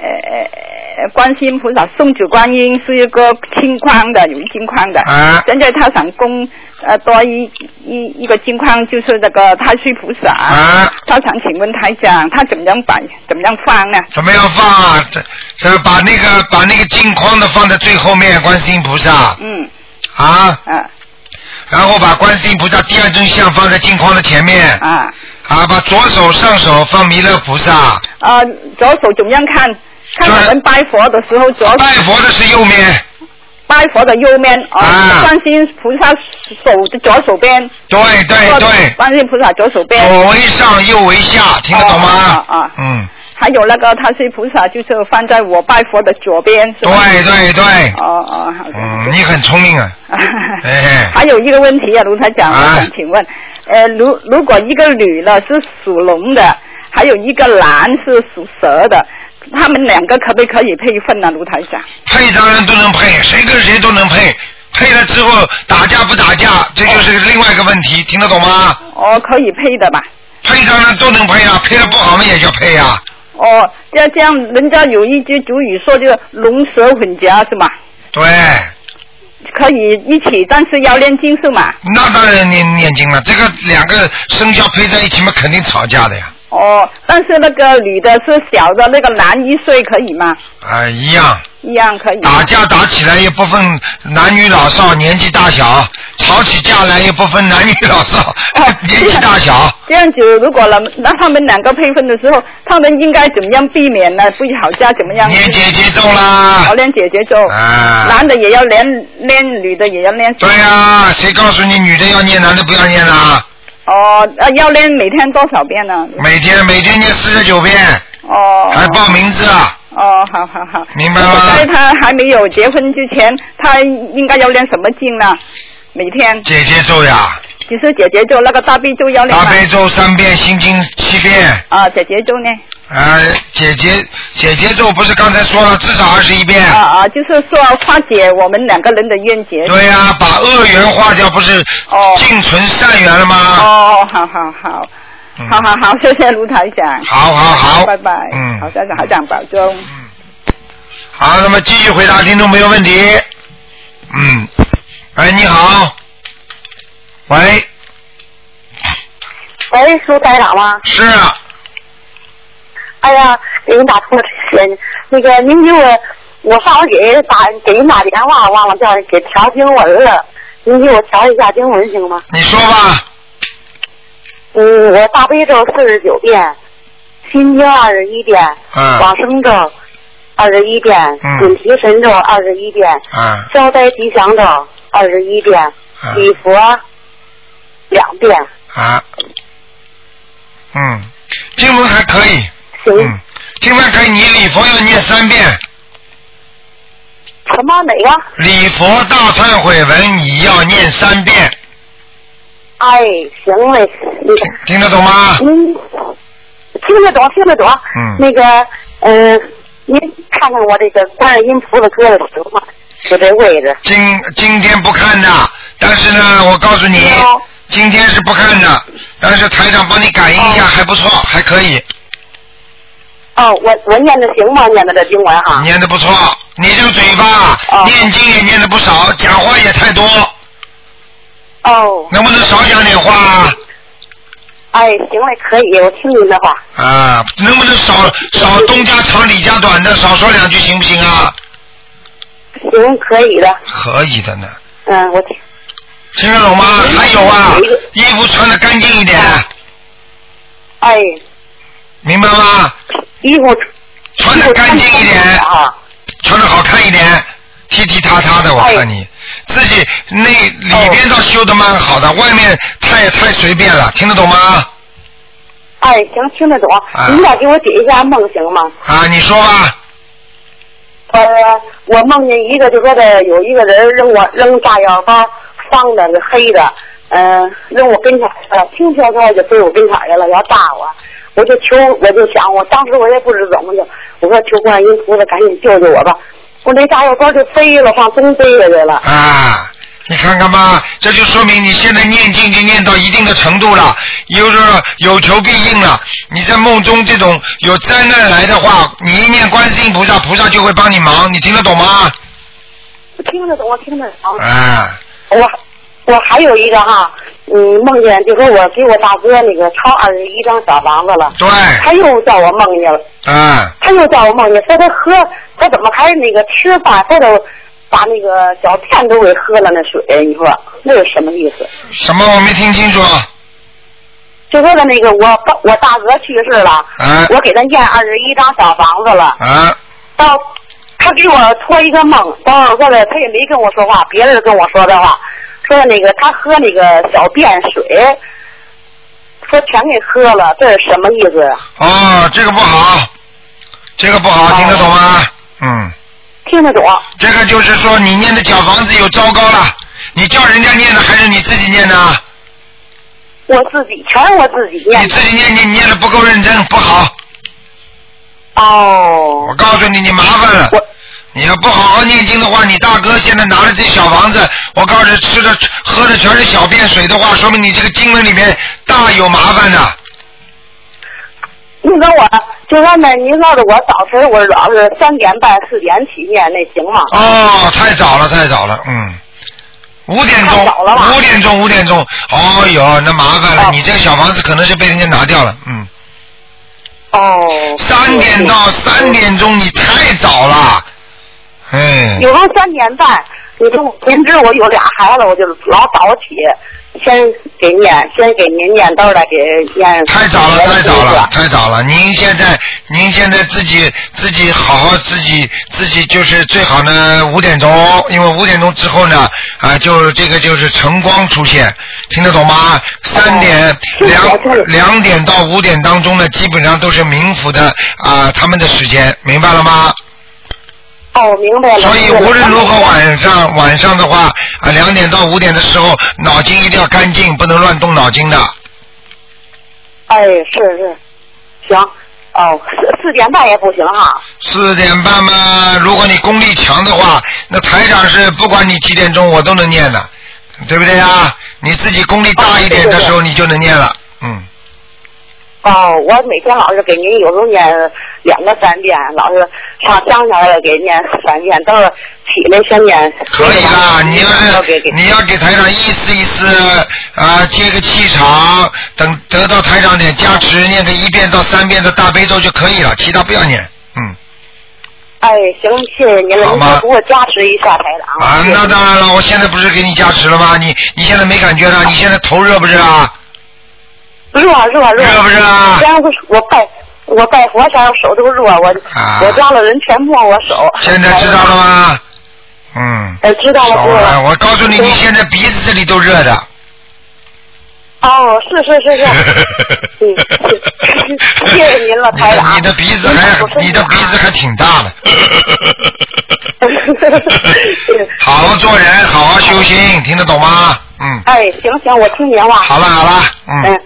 I: 呃呃，呃观世音菩萨、送子观音是一个金框的，有一金框的。
B: 啊
I: 现在他想供呃多一一一个金框，就是那个太岁菩萨。
B: 啊。
I: 他想请问台长，他怎么样摆，怎么样放呢？
B: 怎么样放啊？这这把那个把那个镜框的放在最后面，观世音菩萨
I: 嗯。
B: 啊。
I: 嗯。
B: 然后把观世音菩萨第二尊像放在镜框的前面。
I: 啊。
B: 啊，把左手上手放弥勒菩萨，
I: 啊，左手怎么样看？看我们拜佛的时候，左手
B: 拜佛的是右面，
I: 拜佛的右面啊，观世音菩萨手的左手边。
B: 对对对，
I: 观世音菩萨左手边。
B: 左为上，右为下，听得懂吗？
I: 啊啊。
B: 嗯。
I: 还有那个太岁菩萨，就是放在我拜佛的左边，是吧？
B: 对对对
I: 哦哦，好的。
B: 嗯，你很聪明啊， 哎，
I: 还有一个问题啊，卢台长，我想请问，呃，如如果一个女的是属龙的，还有一个男是属蛇的，他们两个可不可以配份呢、卢台长？
B: 配当然都能配，谁跟谁都能配，配了之后打架不打架，这就是另外一个问题，听得懂吗？
I: 哦，可以配的吧？
B: 配当然都能配啊，配的不好嘛也叫配啊。
I: 哦，这这样，人家有一句俗语说，就是龙蛇混杂是吗？
B: 对，
I: 可以一起，但是要练经是吗？
B: 那当然念念经了，这个两个生肖配在一起嘛，肯定吵架的呀，
I: 哦，但是那个女的是小的，那个男一岁可以吗？
B: 啊、一样。
I: 一样可以。
B: 打架打起来也不分男女老少，年纪大小，吵起架来也不分男女老少，年纪大小。
I: 这样子，如果了，那他们两个配分的时候，他们应该怎么样避免呢？不吵架怎么样？
B: 念姐姐咒啦
I: 哦，练姐姐咒。
B: 啊
I: 男的也要练，练女的也要练。
B: 对呀、啊，谁告诉你女的要念，男的不要念啊啦？
I: 哦，呃，要练每天多少遍啊呢？
B: 每天每天念四十九遍，
I: 哦。
B: 还报名字啊？
I: 哦，好好好。
B: 明白吗
I: 在他还没有结婚之前，他应该要练什么经呢？每天。
B: 姐姐咒呀，
I: 只是姐姐咒那个大悲咒要练吗
B: 大悲咒三遍，心经七遍。
I: 啊，姐姐咒呢？
B: 呃，姐姐姐姐咒不是刚才说了至少二十一遍？
I: 啊啊，就是说化解我们两个人的冤结。
B: 对呀、把恶缘化掉，不是净存善缘了吗？
I: 哦，好好好。好好好，谢谢卢台长。
B: 好好好
I: 拜拜。
B: 嗯
I: 好，台长，台长保重。
B: 好，那么继续回答听众朋友问题。嗯，哎，你好，喂，
J: 喂，是哎台长吗？
B: 是啊。
J: 哎呀，给您打通了，谢谢您。那个，您给我，我上午给打给您打电话，忘了叫人给调经文了。您给我调一下经文行吗？
B: 你说吧。
J: 嗯，我大悲咒四十九遍，心经二十一遍，
K: 嗯
J: 往生咒二十一遍，
K: 嗯
J: 准提神咒二十一遍，
B: 啊
J: 消灾吉祥咒二十一遍，
B: 嗯
J: 礼佛两遍。
B: 啊，嗯，经文还可以，嗯，经文可以，你礼佛要念三遍，
J: 什么哪个？
B: 礼佛大忏悔文你要念三遍，
J: 哎，行嘞，那个
B: 听得懂吗？
J: 嗯，听得懂，听得懂。
B: 嗯
J: 那个，嗯、您看看我这个观世音菩萨搁的什么？就这位置。嗯哦
B: 今今天不看的，但是呢，我告诉你，今天是不看的，但是台长帮你感应一下，还不错，还可以，
J: 哦，我我念的行吗？念的这经文哈。
B: 念的不错。你这个嘴巴、念经也念的不少，讲话也太多。
J: 哦。
B: 能不能少讲点话啊？
J: 哎，行了，可以，我听您的话。
B: 啊，能不能少少东家长李家短的，少说两句行不行啊？
J: 行，可以的。
B: 可以的呢，
J: 嗯，我听。
B: 听得懂吗？还有啊，衣服穿的干净一点，
J: 哎，
B: 明白吗？
J: 衣服
B: 穿的干净一点
J: 啊，
B: 穿的好看一点，踢踢踏踏的，我看你、自己内里边倒修的蛮好的，外面太太随便了，听得懂吗？
J: 哎，行，听得懂。您再给我解一下梦行吗？
B: 啊，你说吧，
J: 呃，我梦见一个就说的有一个人扔我扔炸药包，方的那黑的，嗯、扔我跟前去了，轻飘飘就飞我跟前去了，要炸我。我就求，我就想，我当时我也不知怎么的，我说求观音菩萨赶紧救救我吧。我那炸药包就飞了，往东飞下去了。
B: 啊，你看看吧，这就说明你现在念经已经念到一定的程度了，也就是说有求必应了。你在梦中这种有灾难来的话，你一念观世音菩萨，菩萨就会帮你忙，你听得懂吗？
J: 我听得懂，我听得懂。
B: 啊，
J: 我我还有一个哈，嗯，梦见就说我给我大哥那个抄二十一张小房子了，
B: 对，
J: 他又叫我梦见了，
B: 啊，
J: 他又叫我梦见，说他喝，他怎么还那个吃饭，他都把那个小片都给喝了那水，你说那是什么意思？
B: 什么我没听清楚？
J: 就说的那个我爸我大哥去世了，
B: 啊
J: 我给他念二十一张小房子了，
B: 啊，
J: 到他给我托一个梦，到后来他也没跟我说话，别人跟我说的话，说那个他喝那个小便水，说全给喝了，这是什么意思？啊
B: 哦，这个不好，这个不好，听得懂吗？
D: Mm.
B: 嗯。
J: 听得懂。
B: 这个就是说，你念的小房子有糟糕了，你叫人家念的还是你自己念的啊？
J: 我自己全是我自己念。
B: 你自己念，你念的不够认真，不好。
J: 哦。
B: 我告诉你，你麻烦了。你要不好好念经的话，你大哥现在拿着这小房子，我告诉你，吃的喝的全是小便水的话，说明你这个经文里面大有麻烦的。
J: 你说我就说呢，您说的我早晨我老是三点半四点起念，那行吗？
B: 哦，太早了，太早了，嗯。五点钟，五点钟，五点钟，哦哟，那麻烦了，你这个小房子可能是被人家拿掉了，嗯。
J: 哦。
B: 三点到三点钟，你太早了，哎。
J: 有时候三点半，你说您知道我有俩孩子，我就老早起，先给念，先给您念，到再给念。
B: 太早了，太早了，太早了！您现在，您现在自己自己好好自己自己就是最好呢五点钟，因为五点钟之后呢，啊，就这个就是晨光出现，听得懂吗？三点两两点到五点当中呢，基本上都是冥府的啊他们的时间，明白了吗？
J: 哦，明白了。
B: 所以无论如何晚上晚上的话啊两点到五点的时候，脑筋一定要干净，不能乱动脑筋的。
J: 哎，是是，行，哦，四四点半也不行哈。
B: 四点半嘛，如果你功力强的话，那台长是不管你几点钟我都能念的，对不对呀？你自己功力大一点的时候，你就能念了。嗯，
J: 哦，我每天老是给您有时候念两个三遍，老是上乡下来给念三遍，到了起来先念。
B: 可以啦。你要是你要哦给台长意思意思啊，接个气场，等得到台长点加持，念个一遍到三遍的大悲咒就可以了，其他不要念。嗯，
J: 哎，行，谢谢您了，您再给我加持一下台长。
B: 啊，那当然了，我现在不是给你加持了吗？你你现在没感觉了？你现在头热不热啊？
J: 热热热，
B: 热不热啊
J: 虽然我我拜我拜佛前我手都热，我、
B: 啊
J: 我抓了人全摸我手。
B: 现在知道了吗？嗯。
J: 呃，知道了，
B: 少
J: 知道
B: 来，
J: 了。
B: 我告诉你，你现在鼻子这里都热的。
J: 哦，是是 是是，嗯，谢谢您了，台长。
B: 你的鼻子还，你的鼻子还挺大的。好好做人，好好修心，听得懂吗？嗯，
J: 哎，行行，我听您话。好
B: 了好了，嗯，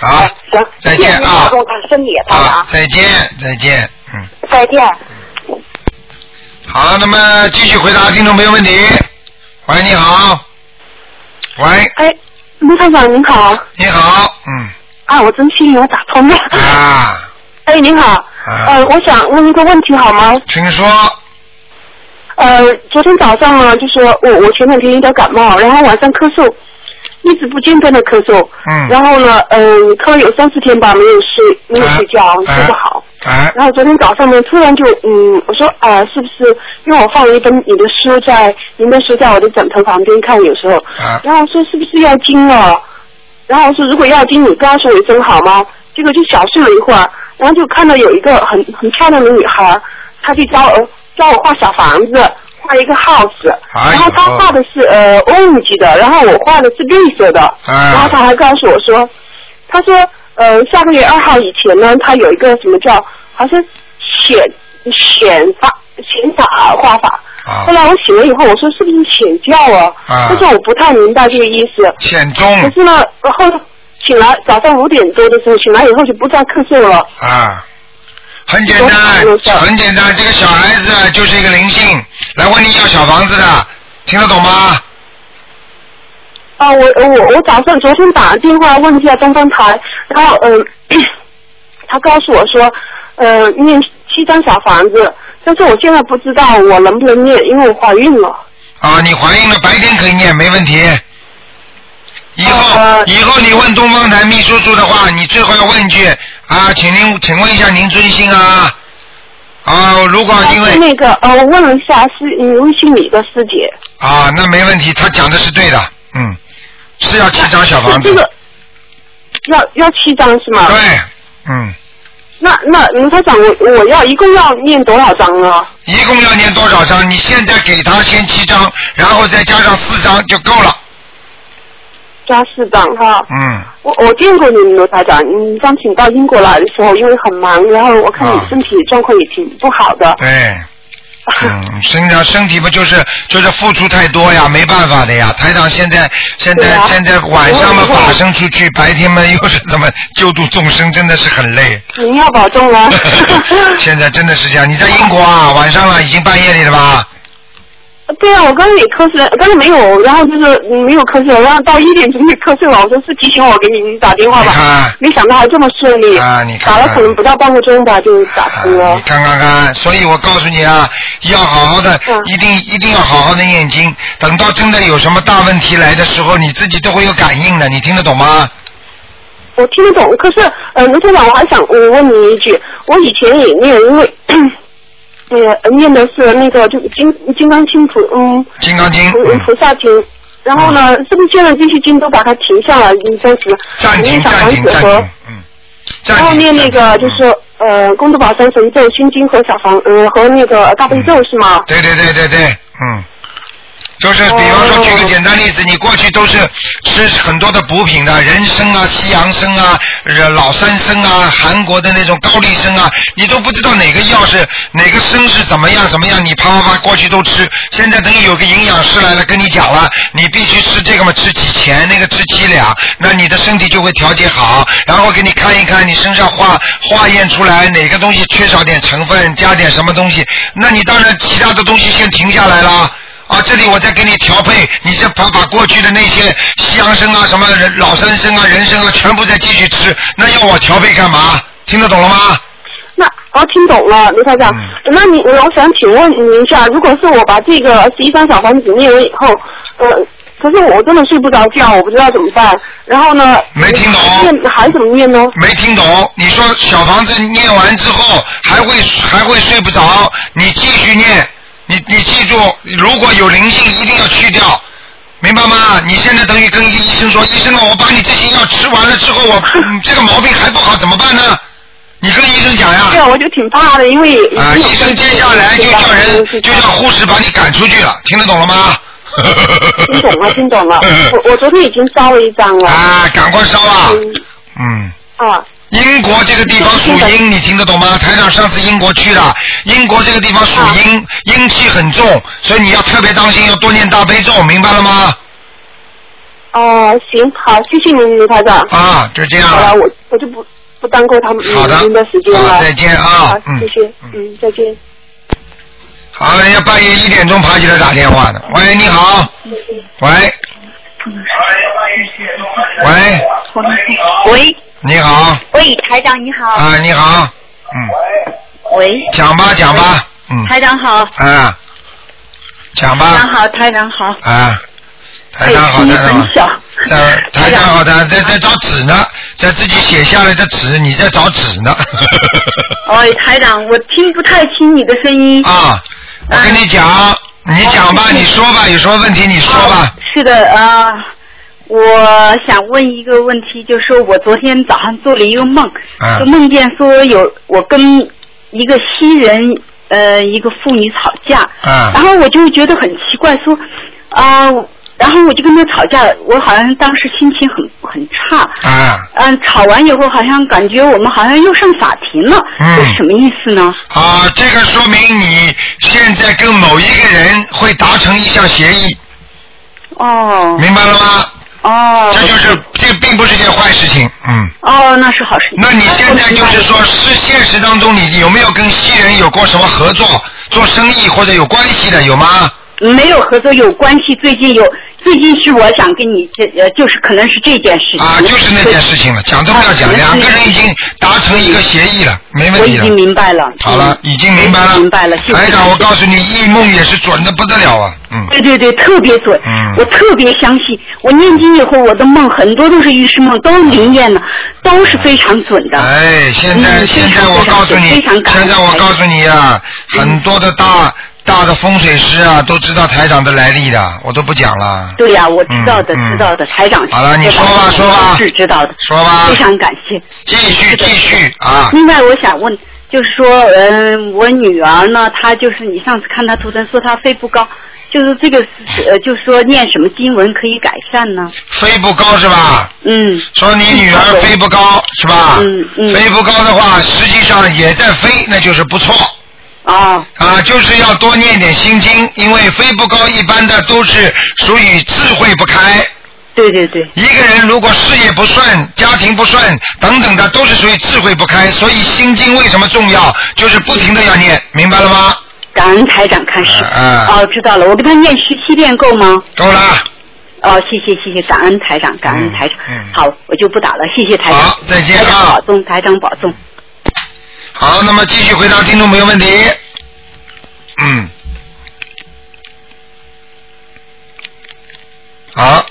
B: 好，
J: 行，
B: 再见
J: 谢谢您
B: 啊
J: 保重身体，台长。
B: 再见，再见，嗯，
J: 再见。
B: 好，那么继续回答听众朋友问题。喂，你好。喂。
K: 哎，嗯，
A: 卢台长您好。
B: 你好，嗯，
A: 啊，我真幸运，我打通了。
B: 啊。
A: 哎，您好。呃，我想问一个问题好吗？
B: 请说。
A: 呃，昨天早上啊，就是我我前两天有点感冒，然后晚上咳嗽，一直不间断的咳嗽。
B: 嗯
A: 然后呢，嗯、咳了有三四天吧，没有睡，没有睡觉，睡不好。
B: 哎
A: 然后昨天早上呢，突然就嗯，我说啊、呃是不是因为我放了一本你的书在您的书在我的枕头旁边看，有时候，
B: 啊
A: 然后说是不是要经了？然后我说如果要经，你告诉我一声好吗？结果就小睡了一会儿，然后就看到有一个很很漂亮的女孩，她就教我教我画小房子，画一个 house，、然后她画的是呃 orange 的，然后我画的是绿色的，然后她还告诉我说，她说呃下个月二号以前呢，她有一个什么叫好像显显发显法画法。后来我醒了以后，我说是不是显教啊？
B: 啊
A: 但是我不太明白这个意思。
B: 浅中
A: 可是呢，然后醒来早上五点多的时候醒来以后就不再咳嗽了。
B: 啊，很简单，很简单，这个小孩子啊就是一个灵性，来问你要小房子的，听得懂吗？
A: 啊，我我我早上昨天打电话问一下东方台，然后嗯、 他告诉我说，呃，念七张小房子，但是我现在不知道我能不能念，因为我怀孕了。
B: 啊，你怀孕了，白天可以念，没问题。以后、以后你问东方台秘书处的话，你最后要问一句啊，请您请问一下您尊姓啊？啊，如果因为
A: 是那个呃，我问了一下是你微信里的师姐，
B: 啊，那没问题，他讲的是对的，嗯，是要七张小房子，
A: 这个要要七张是吗？
B: 对，嗯，
A: 那那卢台长，我我要一共要念多少张啊？
B: 一共要念多少张？你现在给他先七张，然后再加上四张就够了，
A: 加四张哈。
B: 嗯，
A: 我我见过你们罗台长，你刚请到英国来的时候，因为很忙，然后我看
B: 啊
A: 你身体状况也挺不好的。
B: 对。哎 嗯，身上身体不就是就是付出太多呀，没办法的呀。台长现在现在、现在晚上嘛法身出去，白天嘛 又是怎么救度众生，真的是很 累。
A: 您要保 重啊！
B: 现在真的是这样。你在英国啊，晚上了，已经半夜里了吧？
A: 对啊，我刚才也咳嗽，刚才没有，然后就是嗯没有咳嗽，然后到一点钟就咳嗽了。我说是提醒我给你打电话吧，没想到还这么顺利，
B: 啊，你看
A: 打
B: 看
A: 了可能不到半个钟吧就打通了。
B: 你看看看，所以我告诉你啊，要好好的，
A: 嗯
B: 一定一定要好好的念经。等到真的有什么大问题来的时候，你自己都会有感应的，你听得懂吗？
A: 我听得懂，可是呃，卢台长，我还想我问你一句，我以前也念，因为 呃念的是那个就金金刚经菩嗯
B: 金刚经，嗯
A: 菩菩萨经，然后呢，是不是现在这些经都把它停下来？你暂时念小房子和
B: 嗯
A: 然后念那个就是呃功德宝山神咒心经和小房呃和那个大悲咒
B: 嗯
A: 是吗？
B: 对对对对对，嗯，就是比方说举个简单例子，你过去都是吃很多的补品的，人参啊、西洋参啊、呃老山参啊、韩国的那种高丽参啊，你都不知道哪个药是哪个参是怎么样怎么样，你啪啪啪过去都吃，现在等于有个营养师来了跟你讲了，你必须吃这个嘛，吃几钱，那个吃几两，那你的身体就会调节好，然后给你看一看你身上化化验出来哪个东西缺少点成分，加点什么东西，那你当然其他的东西先停下来啦。啊，这里我再给你调配，你这把把过去的那些西洋参啊、什么人老山参啊、人参啊，全部再继续吃，那要我调配干嘛？听得懂了吗？
A: 那哦，听懂了，卢台
B: 嗯
A: 长。呃那你我想请问您一下，如果是我把这个十一张小房子念完以后，呃，可是我真的睡不着觉，我不知道怎么办。然后呢？
B: 没听懂。
A: 念还 怎么念呢？
B: 没听懂，你说小房子念完之后还会还会睡不着，你继续念，你你记住，如果有灵性一定要去掉，明白吗？你现在等于跟医医生说，医生啊，我把你这些药吃完了之后， 我、嗯这个毛病还不好，怎么办呢？你跟医生讲呀。
A: 对啊，我就挺怕的，因为
B: 啊，医生接下来就叫人就叫护士把你赶出去了，听得懂了吗？
A: 听懂了，听懂了。我我昨天已经烧了一张了。
B: 啊，赶快烧啊！嗯。
A: 啊。
B: 英国这个地方属阴，你听得懂吗？台长上次英国去了，
A: 嗯
B: 英国这个地方属
A: 啊
B: 阴，阴气很重，所以你要特别当心，要多念大悲咒，明白了吗？
A: 哦，行，好，谢谢您，卢台长。
B: 啊，就这样
A: 好了，我我就不不耽搁他们
B: 好的
A: 您的时间了。
B: 好再见啊
A: 好
B: 嗯
A: 谢谢，嗯，再见。
B: 好，人家半夜一点钟爬起来打电话呢。喂，你好。喂。喂，
L: 喂
B: 你好，
L: 喂，台长你好。
B: 啊，你好，
L: 喂。
B: 讲吧讲吧，嗯，
L: 台长好。
B: 啊，讲
L: 台
B: 吧，
L: 长好，台长好。
B: 啊，台长好，台
L: 哎声音
B: 长好
L: 很，小。
B: 在台长好，台长在在找纸呢，在自己写下来的纸，你在找纸呢。
L: 哦，台长，我听不太清你的声音。
B: 啊，我跟你讲，你讲吧，你说吧，有什么问题你说吧。
L: 是的啊、呃我想问一个问题，就是我昨天早上做了一个梦，
B: 嗯
L: 就梦见说有我跟一个西人呃一个妇女吵架，
B: 嗯
L: 然后我就觉得很奇怪，说啊、然后我就跟他吵架，我好像当时心情很很差，
B: 啊，
L: 嗯、吵完以后好像感觉我们好像又上法庭了，
B: 嗯
L: 这是什么意思呢？
B: 啊，这个说明你现在跟某一个人会达成一项协议，
L: 哦
B: 明白了吗？
L: 哦，
B: 这就是这并不是件坏事情，嗯。
L: 哦，那是好事情。
B: 那你现在就是说，是现实当中你有没有跟西人有过什么合作、做生意或者有关系的有吗？
L: 没有合作有关系，最近有，最近是我想跟你这呃，就是可能是这件事情。啊，
B: 就是那件事情了，讲都不要讲，两个人已经达成一个协议了，没问
L: 我
B: 题
L: 已
B: 了。
L: 经明白了。嗯
B: 好了，已经明白了。
L: 明白了，谢谢。
B: 台长，我告诉你，异梦也是准的不得了啊，嗯。
L: 对对对，特别准，我特别相信。我念经以后，我的梦很多都是预示梦，都灵验了，都是非常准的。
B: 哎，现在、
L: 嗯非
B: 现
L: 常
B: 在我告诉你，
L: 非常感恩
B: 现在我告诉你啊，很多的大大的风水师啊，都知道台长的来历的，我都不讲了。
L: 对呀、我知道的，知道的，台长。
B: 嗯好了你说吧
L: 我
B: 说吧
L: 是知道的。
B: 说吧
L: 非常感谢。
B: 继续继
L: 嗯
B: 续啊
L: 另外，我想问，就是说，嗯，我女儿呢，她就是你上次看她图腾说她飞不高，就是这个是呃，就是说念什么经文可以改善呢？
B: 飞不高是吧？
L: 嗯。
B: 说你女儿飞不高是吧？嗯嗯。飞不高的话，实际上也在飞，那就是不错。
L: 啊。
B: 啊，就是要多念点心经，因为飞不高一般的都是属于智慧不开。
L: 对对对。
B: 一个人如果事业不顺、家庭不顺等等的，都是属于智慧不开。所以心经为什么重要？就是不停的要念，明白了吗？
L: 感恩台长开始。
B: 啊
L: 哦，知道了，我给她念十七遍够吗？
B: 够了。嗯
L: 哦，谢谢谢谢，感恩台长，感恩台长。好，我就不打了，谢谢台长。好，
B: 再见啊
L: 台长保重，台长保重。
B: 好，那么继续回答听众朋友问题。嗯。好，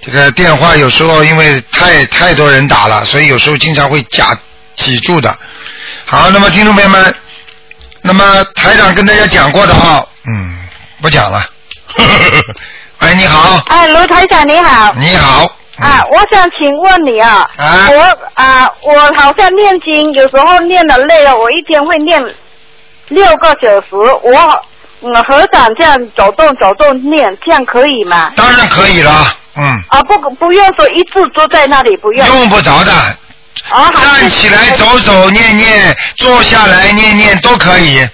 B: 这个电话有时候因为太太多人打了，所以有时候经常会夹挤住的。好，那么听众朋友们，那么台长跟大家讲过的啊，嗯，不讲了。 喂，你好，
C: 哎，卢台长你好。
B: 你好，
C: 啊，我想请问你啊，
B: 啊
C: 我啊，我好像念经，有时候念的累了，我一天会念六个小时，我嗯合掌这样走动走动念，这样可以吗？
B: 当然可以了，嗯，
C: 啊，不不用说一直坐在那里，不用。
B: 用不着的，
C: 啊，好
B: 站起来走走念念，坐下来念念都可以。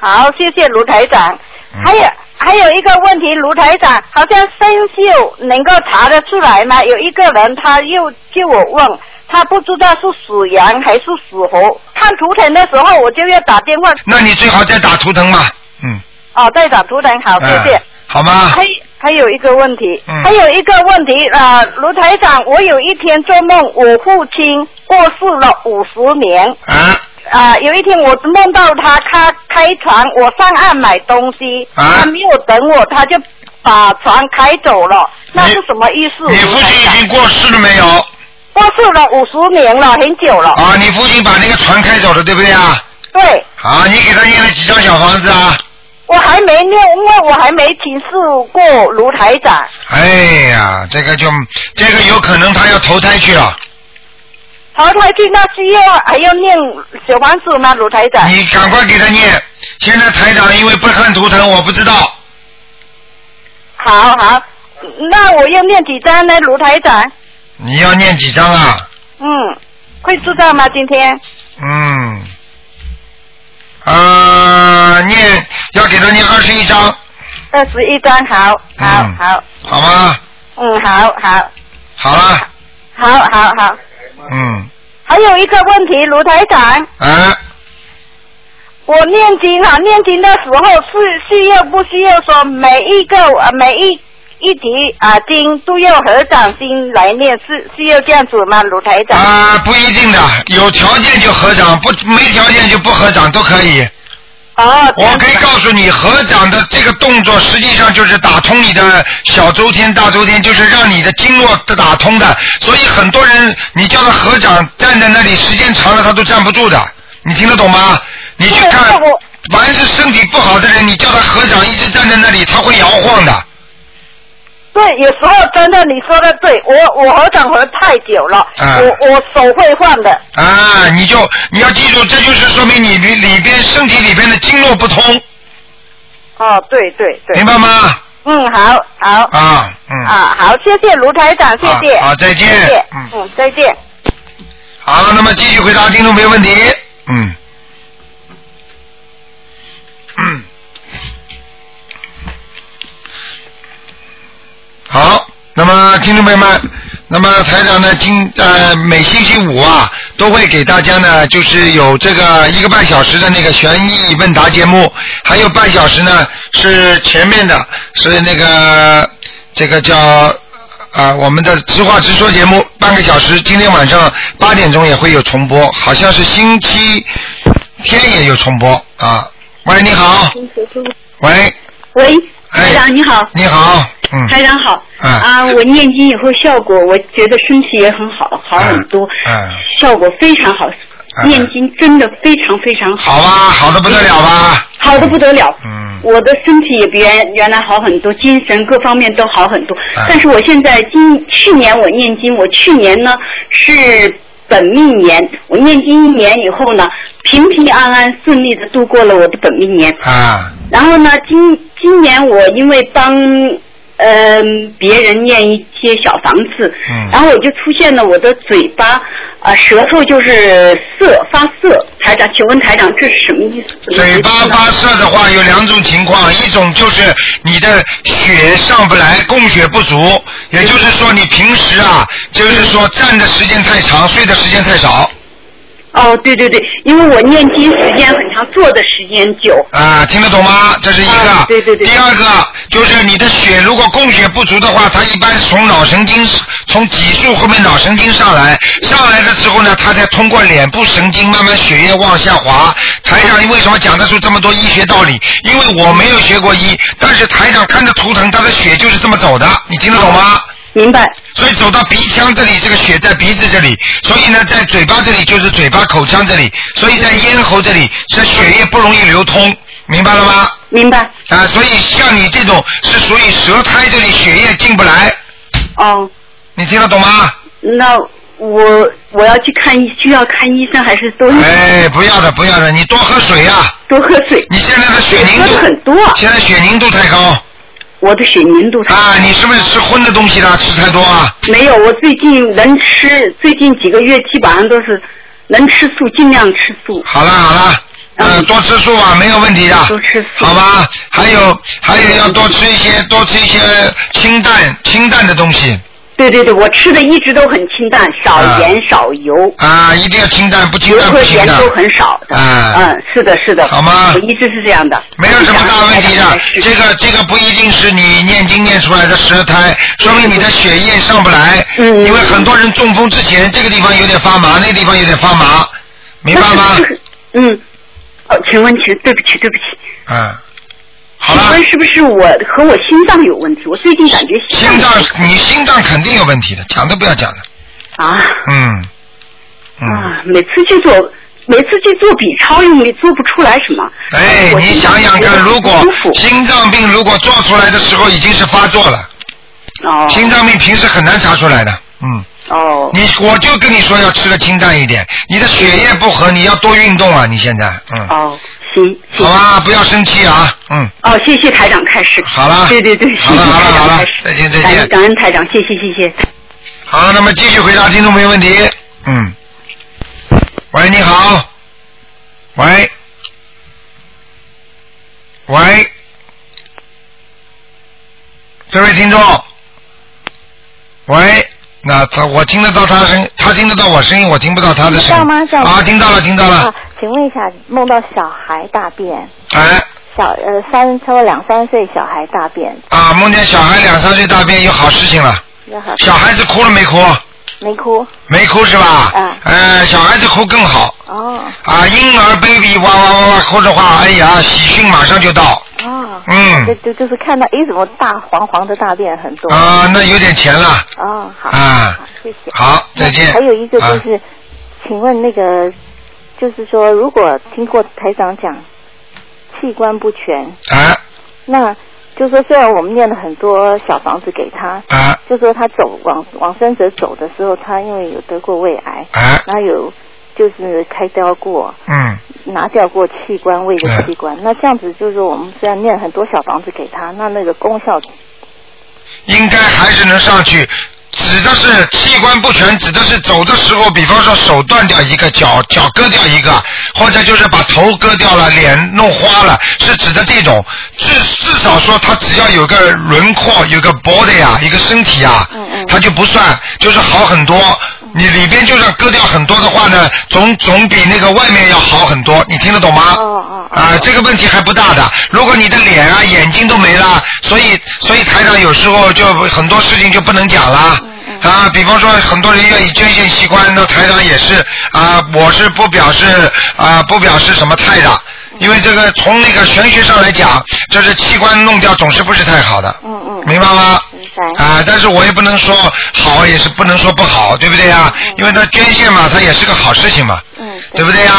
C: 好，谢谢卢台长。
B: 嗯
C: 还有还有一个问题，卢台长，好像生锈能够查得出来吗？有一个人他又叫我问，他不知道是属羊还是属猴。看图腾的时候我就要打电话。
B: 那你最好再打图腾嘛，嗯，
C: 哦，再打图腾好，谢谢。
B: 嗯好吗？
C: 还还有一个问题，
B: 嗯
C: 还有一个问题啊、呃卢台长，我有一天做梦，我父亲过世了五十年。
B: 啊。
C: 啊、有一天我梦到他开开船，我上岸买东西，
B: 啊
C: 他没有等我，他就把船开走了，那是什么意思？你父亲已
B: 经过世了没有？
C: 过世了五十年了，很久了。
B: 啊，你父亲把那个船开走了，对不对啊？
C: 对，
B: 好，你给他念了几张小房子啊？
C: 我还没念，因为我还没请示过卢台长。
B: 哎呀，这个就这个有可能他要投胎去了，
C: 淘汰去那需要还要念小房子吗？卢台长？
B: 你赶快给他念。现在台长因为不看图腾，我不知道。
C: 好好，那我要念几张呢？卢台长，
B: 你要念几张啊？
C: 嗯，会知道吗？今天
B: 嗯，呃，念要给他念二十一张，
C: 二十一张，好，好，
B: 嗯
C: 好，
B: 好吗？
C: 嗯，好好
B: 好了，
C: 好好好。
B: 嗯，
C: 还有一个问题，卢台长，
B: 啊，
C: 我念经啊，念经的时候是需要不需要说每一个呃每一
M: 一提啊经都要合掌经来念，是是要这样子吗？卢台长？
B: 啊，不一定的，有条件就合掌，不没条件就不合掌都可以。
M: 哦，
B: 我可以告诉你，合掌的这个动作实际上就是打通你的小周天、大周天，就是让你的经络都打通的。所以很多人，你叫他合掌，站在那里时间长了，他都站不住的。你听得懂吗？你去看，凡是身体不好的人，你叫他合掌，一直站在那里，他会摇晃的。
M: 对，有时候真的你说的对，我我合掌合太久了，
B: 啊
M: 我我手会晃的。
B: 啊，你就你要记住，这就是说明你里里边身体里边的经络不通，
M: 哦，对对对。
B: 明白吗？
M: 嗯，好好
B: 啊，嗯
M: 啊，好，谢谢卢台长，谢谢。
B: 啊好再见
M: 谢谢嗯，再见。
B: 好，那么继续回答听众没问题。嗯。嗯。好，那么听众朋友们，那么台长呢，今呃每星期五啊，都会给大家呢，就是有这个一个半小时的那个悬疑问答节目，还有半小时呢是前面的，是那个这个叫啊、我们的直话直说节目半个小时，今天晚上八点钟也会有重播，好像是星期天也有重播啊。喂，你好，喂，哎
L: 喂，台长你好，
B: 你好，嗯，
L: 台长好，
B: 嗯
L: 啊，我念经以后效果，我觉得身体也很好，好很多，
B: 嗯，
L: 效果非常好，念经真的非常非常好。嗯
B: 好吧，好的不得了吧？
L: 好的不得了，嗯，我的身体也比原原来好很多，精神各方面都好很多。
B: 嗯
L: 但是我现在今去年我念经，我去年呢是本命年，我念经一年以后呢，平平安安顺利的度过了我的本命年。
B: 啊，
L: 然后呢，今今年我因为帮嗯、别人念一些小房子，
B: 嗯
L: 然后我就出现了我的嘴巴啊、舌头就是涩发涩。台长，请问台长这是什么意思？
B: 嘴巴发射的话有两种情况，一种就是你的血上不来，供血不足，也就是说你平时啊，就是说站的时间太长，睡的时间太少
L: 哦，对对对，因为我念经时间很长，坐的时间久。啊
B: 啊，听得懂吗？这是一个。对对对。第二个就是你的血如果供血不足的话，它一般是从脑神经从脊柱后面脑神经上来，上来了之后呢，它再通过脸部神经慢慢血液往下滑。台长为什么讲得出这么多医学道理？因为我没有学过医，但是台长看着图腾，它的血就是这么走的，你听得懂吗？
L: 明白。
B: 所以走到鼻腔这里，这个血在鼻子这里，所以呢，在嘴巴这里就是嘴巴口腔这里，所以在咽喉这里，这血液不容易流通，明白了吗？
L: 明白。
B: 啊，所以像你这种是属于舌苔这里血液进不来。
L: 哦。
B: 你听得懂吗？
L: 那我我要去看医，需要看医生还是都？
B: 哎，不要的，不要的，你多喝水呀、
L: 多喝水。
B: 你现在的血凝度
L: 很多、
B: 现在血凝度太高。
L: 我的血凝度太
B: 高。啊，你是不是吃荤的东西了？吃太多啊？
L: 没有，我最近能吃，最近几个月基本上都是能吃素，尽量吃素。
B: 好了好了，嗯，多吃素吧，没有问题的，多
L: 吃
B: 素，好吧？还有还有要多吃一些多吃一些清淡清淡的东西
L: 对对对，我吃的一直都很清淡，少
B: 啊
L: 盐、少油，
B: 啊，一定要清淡，不清
L: 油
B: 淡不
L: 和
B: 行
L: 盐
B: 的
L: 都很少的。
B: 啊
L: 嗯，是的，是的。
B: 好吗
L: 我一直是这样的。
B: 没有什么大问题的，这个这个不一定是你念经念出来的舌苔，
L: 嗯
B: 说明你的血液上不来。嗯。因为很多人中风之前，这个地方有点发麻，那个地方有点发麻，明白吗？
L: 嗯，哦，请问，请对不起，对不起，
B: 嗯。
L: 请问是不是我和我心脏有问题？我最近感觉心
B: 心脏，你心脏肯定有问题的，讲都不要讲了。
L: 啊
B: 嗯，
L: 啊，每次去做，每次去做 B 超又没做不出来什么。
B: 哎，你想想看，如果心脏病如果做出来的时候已经是发作了，
L: 哦
B: 心脏病平时很难查出来的，嗯。
L: 哦。
B: 你我就跟你说要吃的清淡一点，你的血液不和，你要多运动啊，你现在，嗯。
L: 哦，行。
B: 好吧，不要生气啊，嗯。
L: 哦，谢谢台长开始。
B: 好了
L: 对对对，谢
B: 好
L: 谢
B: 了好
L: 台
B: 了好
L: 长
B: 了
L: 开始。，
B: 再见再
L: 感
B: 见
L: 恩。感恩台长，谢谢谢谢。
B: 好，那么继续回答听众朋友问题。嗯。喂，你好。喂。喂。这位听众。喂，那他我听得到他声，他听得到我声音，我听不到他的声音。啊
N: 听得到吗？这样
B: 啊，听到了，听到了
N: 啊。请问一下，梦到小孩大便，
B: 哎，
N: 小呃三超过两三岁小孩大便，
B: 啊，梦见小孩两三岁大便有好事情了。
N: 那好
B: 小孩子哭了没哭？
N: 没哭，
B: 没哭是吧？
N: 嗯
B: 呃，小孩子哭更好。
N: 哦。
B: 啊，婴儿 baby 哇哇哇哇哭的话，哎呀，喜讯马上就到。
N: 哦，
B: 嗯
N: 就就就是看到诶怎么大黄黄的大便很多
B: 啊，那有点钱了。
N: 哦，好，
B: 啊，
N: 谢谢。
B: 好，再见。
N: 还有一个就
B: 啊
N: 是，请问那个，就是说，如果听过台长讲器官不全，
B: 啊，
N: 那就说虽然我们念了很多小房子给他，
B: 啊，
N: 就说他走往往生者走的时候，他因为有得过胃癌，
B: 啊，
N: 然后有就是开刀过，
B: 嗯，
N: 拿掉过器官胃
B: 啊
N: 的器官，那这样子就是我们虽然念很多小房子给他，那那个功效
B: 应该还是能上去。指的是器官不全，指的是走的时候，比方说手断掉一个，脚脚割掉一个，或者就是把头割掉了，脸弄花了，是指的这种。至至少说他只要有个轮廓，有个 body 啊，一个身体啊，他就不算，就是好很多。你里边就算割掉很多的话呢，总总比那个外面要好很多，你听得懂吗？啊、这个问题还不大的。如果你的脸啊、眼睛都没了，所以所以台长有时候就很多事情就不能讲了。啊，比方说很多人愿意捐献器官，那台长也是啊，我是不表示啊，不表示什么态的，因为这个从那个玄学上来讲，就是器官弄掉总是不是太好的。嗯嗯。明白吗？啊，但是我也不能说好，也是不能说不好，对不对呀？因为他捐献嘛，他也是个好事情嘛，
N: 嗯
B: 嗯对不对呀？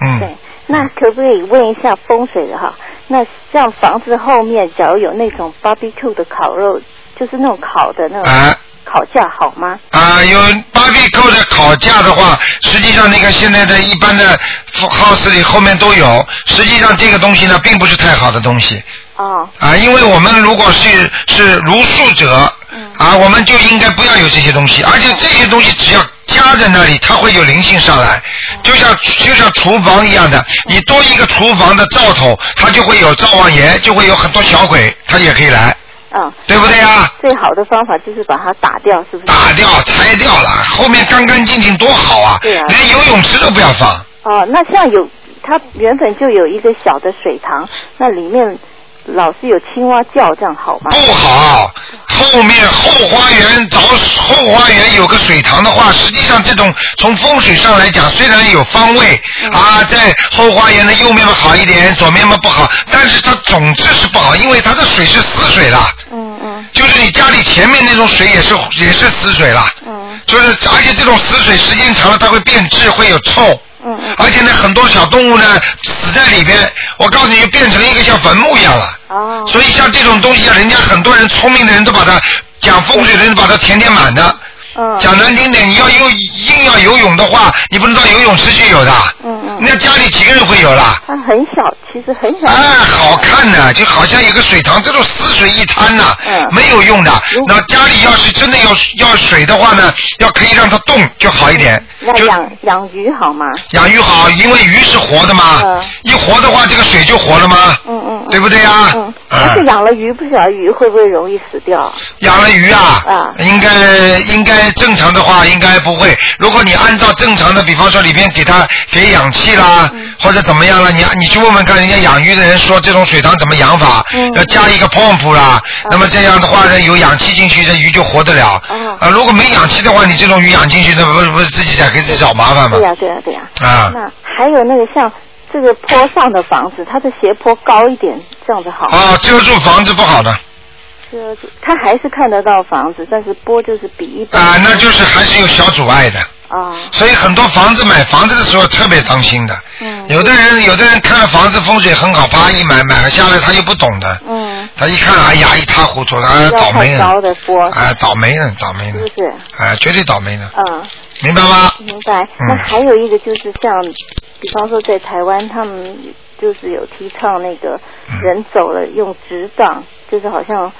B: 嗯。
N: 那可不可以问一下风水的哈？那像房子后面，假如有那种 barbecue 的烤肉，就是那种烤的
B: 嗯
N: 那种烤架，好吗？
B: 啊，有 barbecue 的烤架的话，实际上那个现在的一般的 house 里后面都有。实际上这个东西呢，并不是太好的东西。
N: 哦。
B: 啊，因为我们如果是是如数者，啊，我们就应该不要有这些东西，而且这些东西只要加在那里，它会有灵性上来，就像就像厨房一样的，你多一个厨房的灶头，它就会有灶王爷，就会有很多小鬼，它也可以来。
N: 嗯，
B: 对不对啊？
N: 最好的方法就是把它打掉，是不是？
B: 打掉、拆掉了，后面干干净净多好啊！
N: 对啊
B: 连游泳池都不要放。
N: 哦，那像有它原本就有一个小的水塘，那里面老是有青蛙叫，这样好吗？
B: 不好，后面后花园找后花园有个水塘的话，实际上这种从风水上来讲，虽然有方位啊，在后花园的右面嘛好一点，左面嘛不好，但是它总之是不好，因为它的水是死水了。嗯嗯。就是你家里前面那种水也是也是死水了。嗯。就是而且这种死水时间长了，它会变质，会有臭。嗯嗯。而且呢，很多小动物呢死在里边，我告诉你，就变成一个像坟墓一样了。所以像这种东西啊，人家很多人聪明的人都把它讲风水的人把它填填满的。讲难听点，你要游硬要游泳的话，你不能到游泳池去游的。嗯嗯。那家里几个人会游啦？
N: 它很小，其实很小。
B: 哎，好看呢、就好像有个水塘，这种死水一滩呐、没有用的。那家里要是真的要要水的话呢，要可以让它动就好一点。
N: 那养养鱼好吗？
B: 养鱼好，因为鱼是活的嘛，一活的话，这个水就活了吗？
N: 嗯嗯，
B: 对不对啊
N: 嗯，
B: 嗯
N: 而且养了鱼，不晓得鱼会不会容易死掉？
B: 养了鱼啊，应该应该正常的话应该不会。如果你按照正常的，比方说里边给它给氧气啦，或者怎么样了，你你去问问看人家养鱼的人说这种水塘怎么养法，要加一个 pump 啦，那么这样的话呢有氧气进去，这鱼就活得了。啊，如果没氧气的话，你这种鱼养进去，那不不是自己在给自己找麻烦吗
N: 对？呀、对呀、对呀、
B: 啊，
N: 那还有那个像这个坡上的房子，它的斜坡高一点，这样子好。
B: 啊，遮住房子不好的。
N: 遮住，它还是看得到房子，但是坡就是比一般。
B: 啊，那就是还是有小阻碍的。
N: 啊。
B: 所以很多房子买房子的时候特别当心的。嗯。有的人有的人看了房子风水很好，啪一买买了下来，他又不懂的。
N: 嗯。
B: 他一看，哎呀，一塌糊涂了，啊
N: 不要
B: 倒霉
N: 太高
B: 了，
N: 的坡，
B: 啊，倒霉了，倒霉了
N: 是，不是？
B: 啊，绝对倒霉了，
N: 嗯。
B: 明白吗？嗯
N: 明白。那还有一个就是像，比方说在台湾，他们就是有提倡那个
B: 嗯
N: 人走了用纸葬，就是好像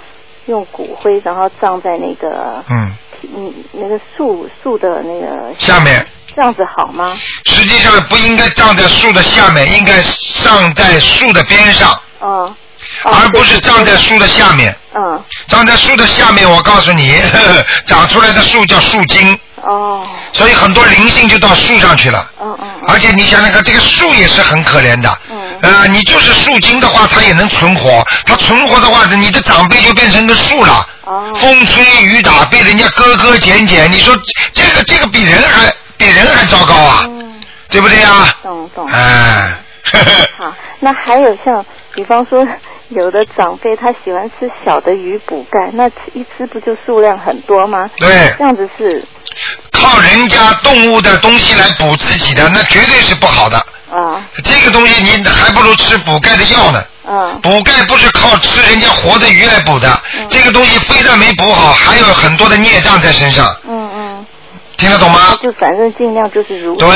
N: 用骨灰，然后葬在那个
B: 嗯，
N: 嗯那个树树的那个
B: 下面
N: 这样子好吗？
B: 实际上不应该葬在树的下面，应该葬在树的边上，
N: 哦，
B: 而不
M: 哦
B: 是葬在树的下面。
N: 嗯，
B: 长在树的下面，我告诉你，呵呵长出来的树叫树精。
M: 哦
B: 所以很多灵性就到树上去了。
M: 嗯嗯。
B: 而且你想想看，这个树也是很可怜的。嗯。呃，你就是树精的话，它也能存活；它存活的话，你的长辈就变成个树了。哦。风吹雨打，被人家割割剪剪，你说这这个这个比人还比人还糟糕啊，
M: 嗯
B: 对不对啊？
G: 懂懂。
B: 哎、
G: 好，那还有像，比方说，有的长辈他喜欢吃小的鱼补钙，那吃一吃不就数量很多吗？
B: 对
G: 这样子是
B: 靠人家动物的东西来补自己的，那绝对是不好的。
G: 嗯啊
B: 这个东西你还不如吃补钙的药呢。
G: 嗯。
B: 补钙不是靠吃人家活的鱼来补的，这个东西非但没补好，还有很多的孽障在身上。嗯嗯。听得懂吗？
G: 就反正尽量就是如
B: 对，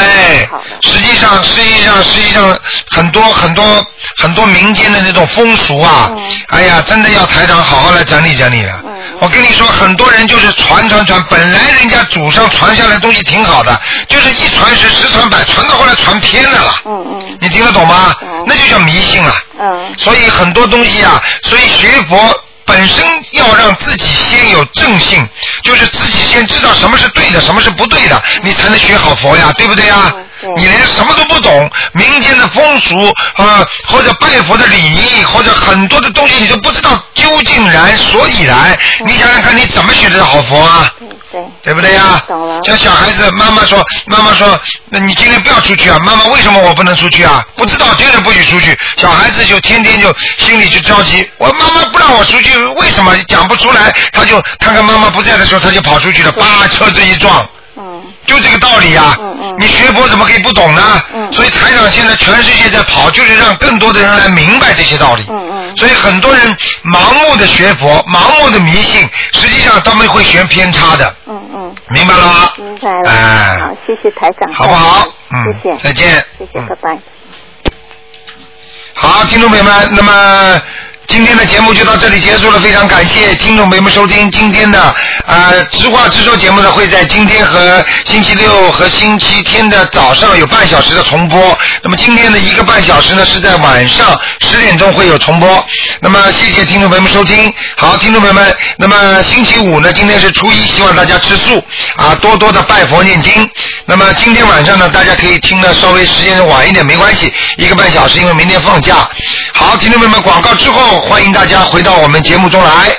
B: 实际上，实际上，实际上，很多很多很多民间的那种风俗啊，哎呀，真的要台长好好来整理整理了。我跟你说，很多人就是传传传，本来人家祖上传下来的东西挺好的，就是一传十，十传百，传到后来传偏了了。
G: 嗯嗯。
B: 你听得懂吗？那就叫迷信了。
G: 嗯。
B: 所以很多东西啊，所以学佛本身要让自己先有正性，就是自己先知道什么是对的，什么是不对的，
G: 嗯
B: 你才能学好佛呀，对不对呀？你连什么都不懂，民间的风俗啊、或者拜佛的礼仪，或者很多的东西，你都不知道究竟然所以然。
G: 嗯
B: 你想想看，你怎么学得好佛啊？
G: 对，
B: 对不对呀？叫小孩子，妈妈说，妈妈说，那你今天不要出去啊！妈妈，为什么我不能出去啊？不知道，就是不许出去。小孩子就天天就心里就着急，我妈妈不让我出去，为什么？讲不出来，他就看看妈妈不在的时候，他就跑出去了，叭，车子一撞。就这个道理呀、你学佛怎么可以不懂呢？所以台长现在全世界在跑，就是让更多的人来明白这些道理。所以很多人盲目的学佛，盲目的迷信，实际上他们会学偏差的。明白了吗？
G: 明白了。
B: 哎
G: 好，谢谢台长。
B: 好不好？嗯，
G: 谢谢。
B: 再见。嗯
G: 谢谢，拜拜。
B: 好，听众朋友们，那么今天的节目就到这里结束了，非常感谢听众朋友们收听今天的呃直话直说节目呢，会在今天和星期六和星期天的早上有半小时的重播。那么今天的一个半小时呢是在晚上十点钟会有重播。那么谢谢听众朋友们收听。好，听众朋友们，那么星期五呢，今天是初一，希望大家吃素啊，多多的拜佛念经。那么今天晚上呢，大家可以听的稍微时间晚一点没关系，一个半小时，因为明天放假。好，听众朋友们，广告之后，欢迎大家回到我们节目中来。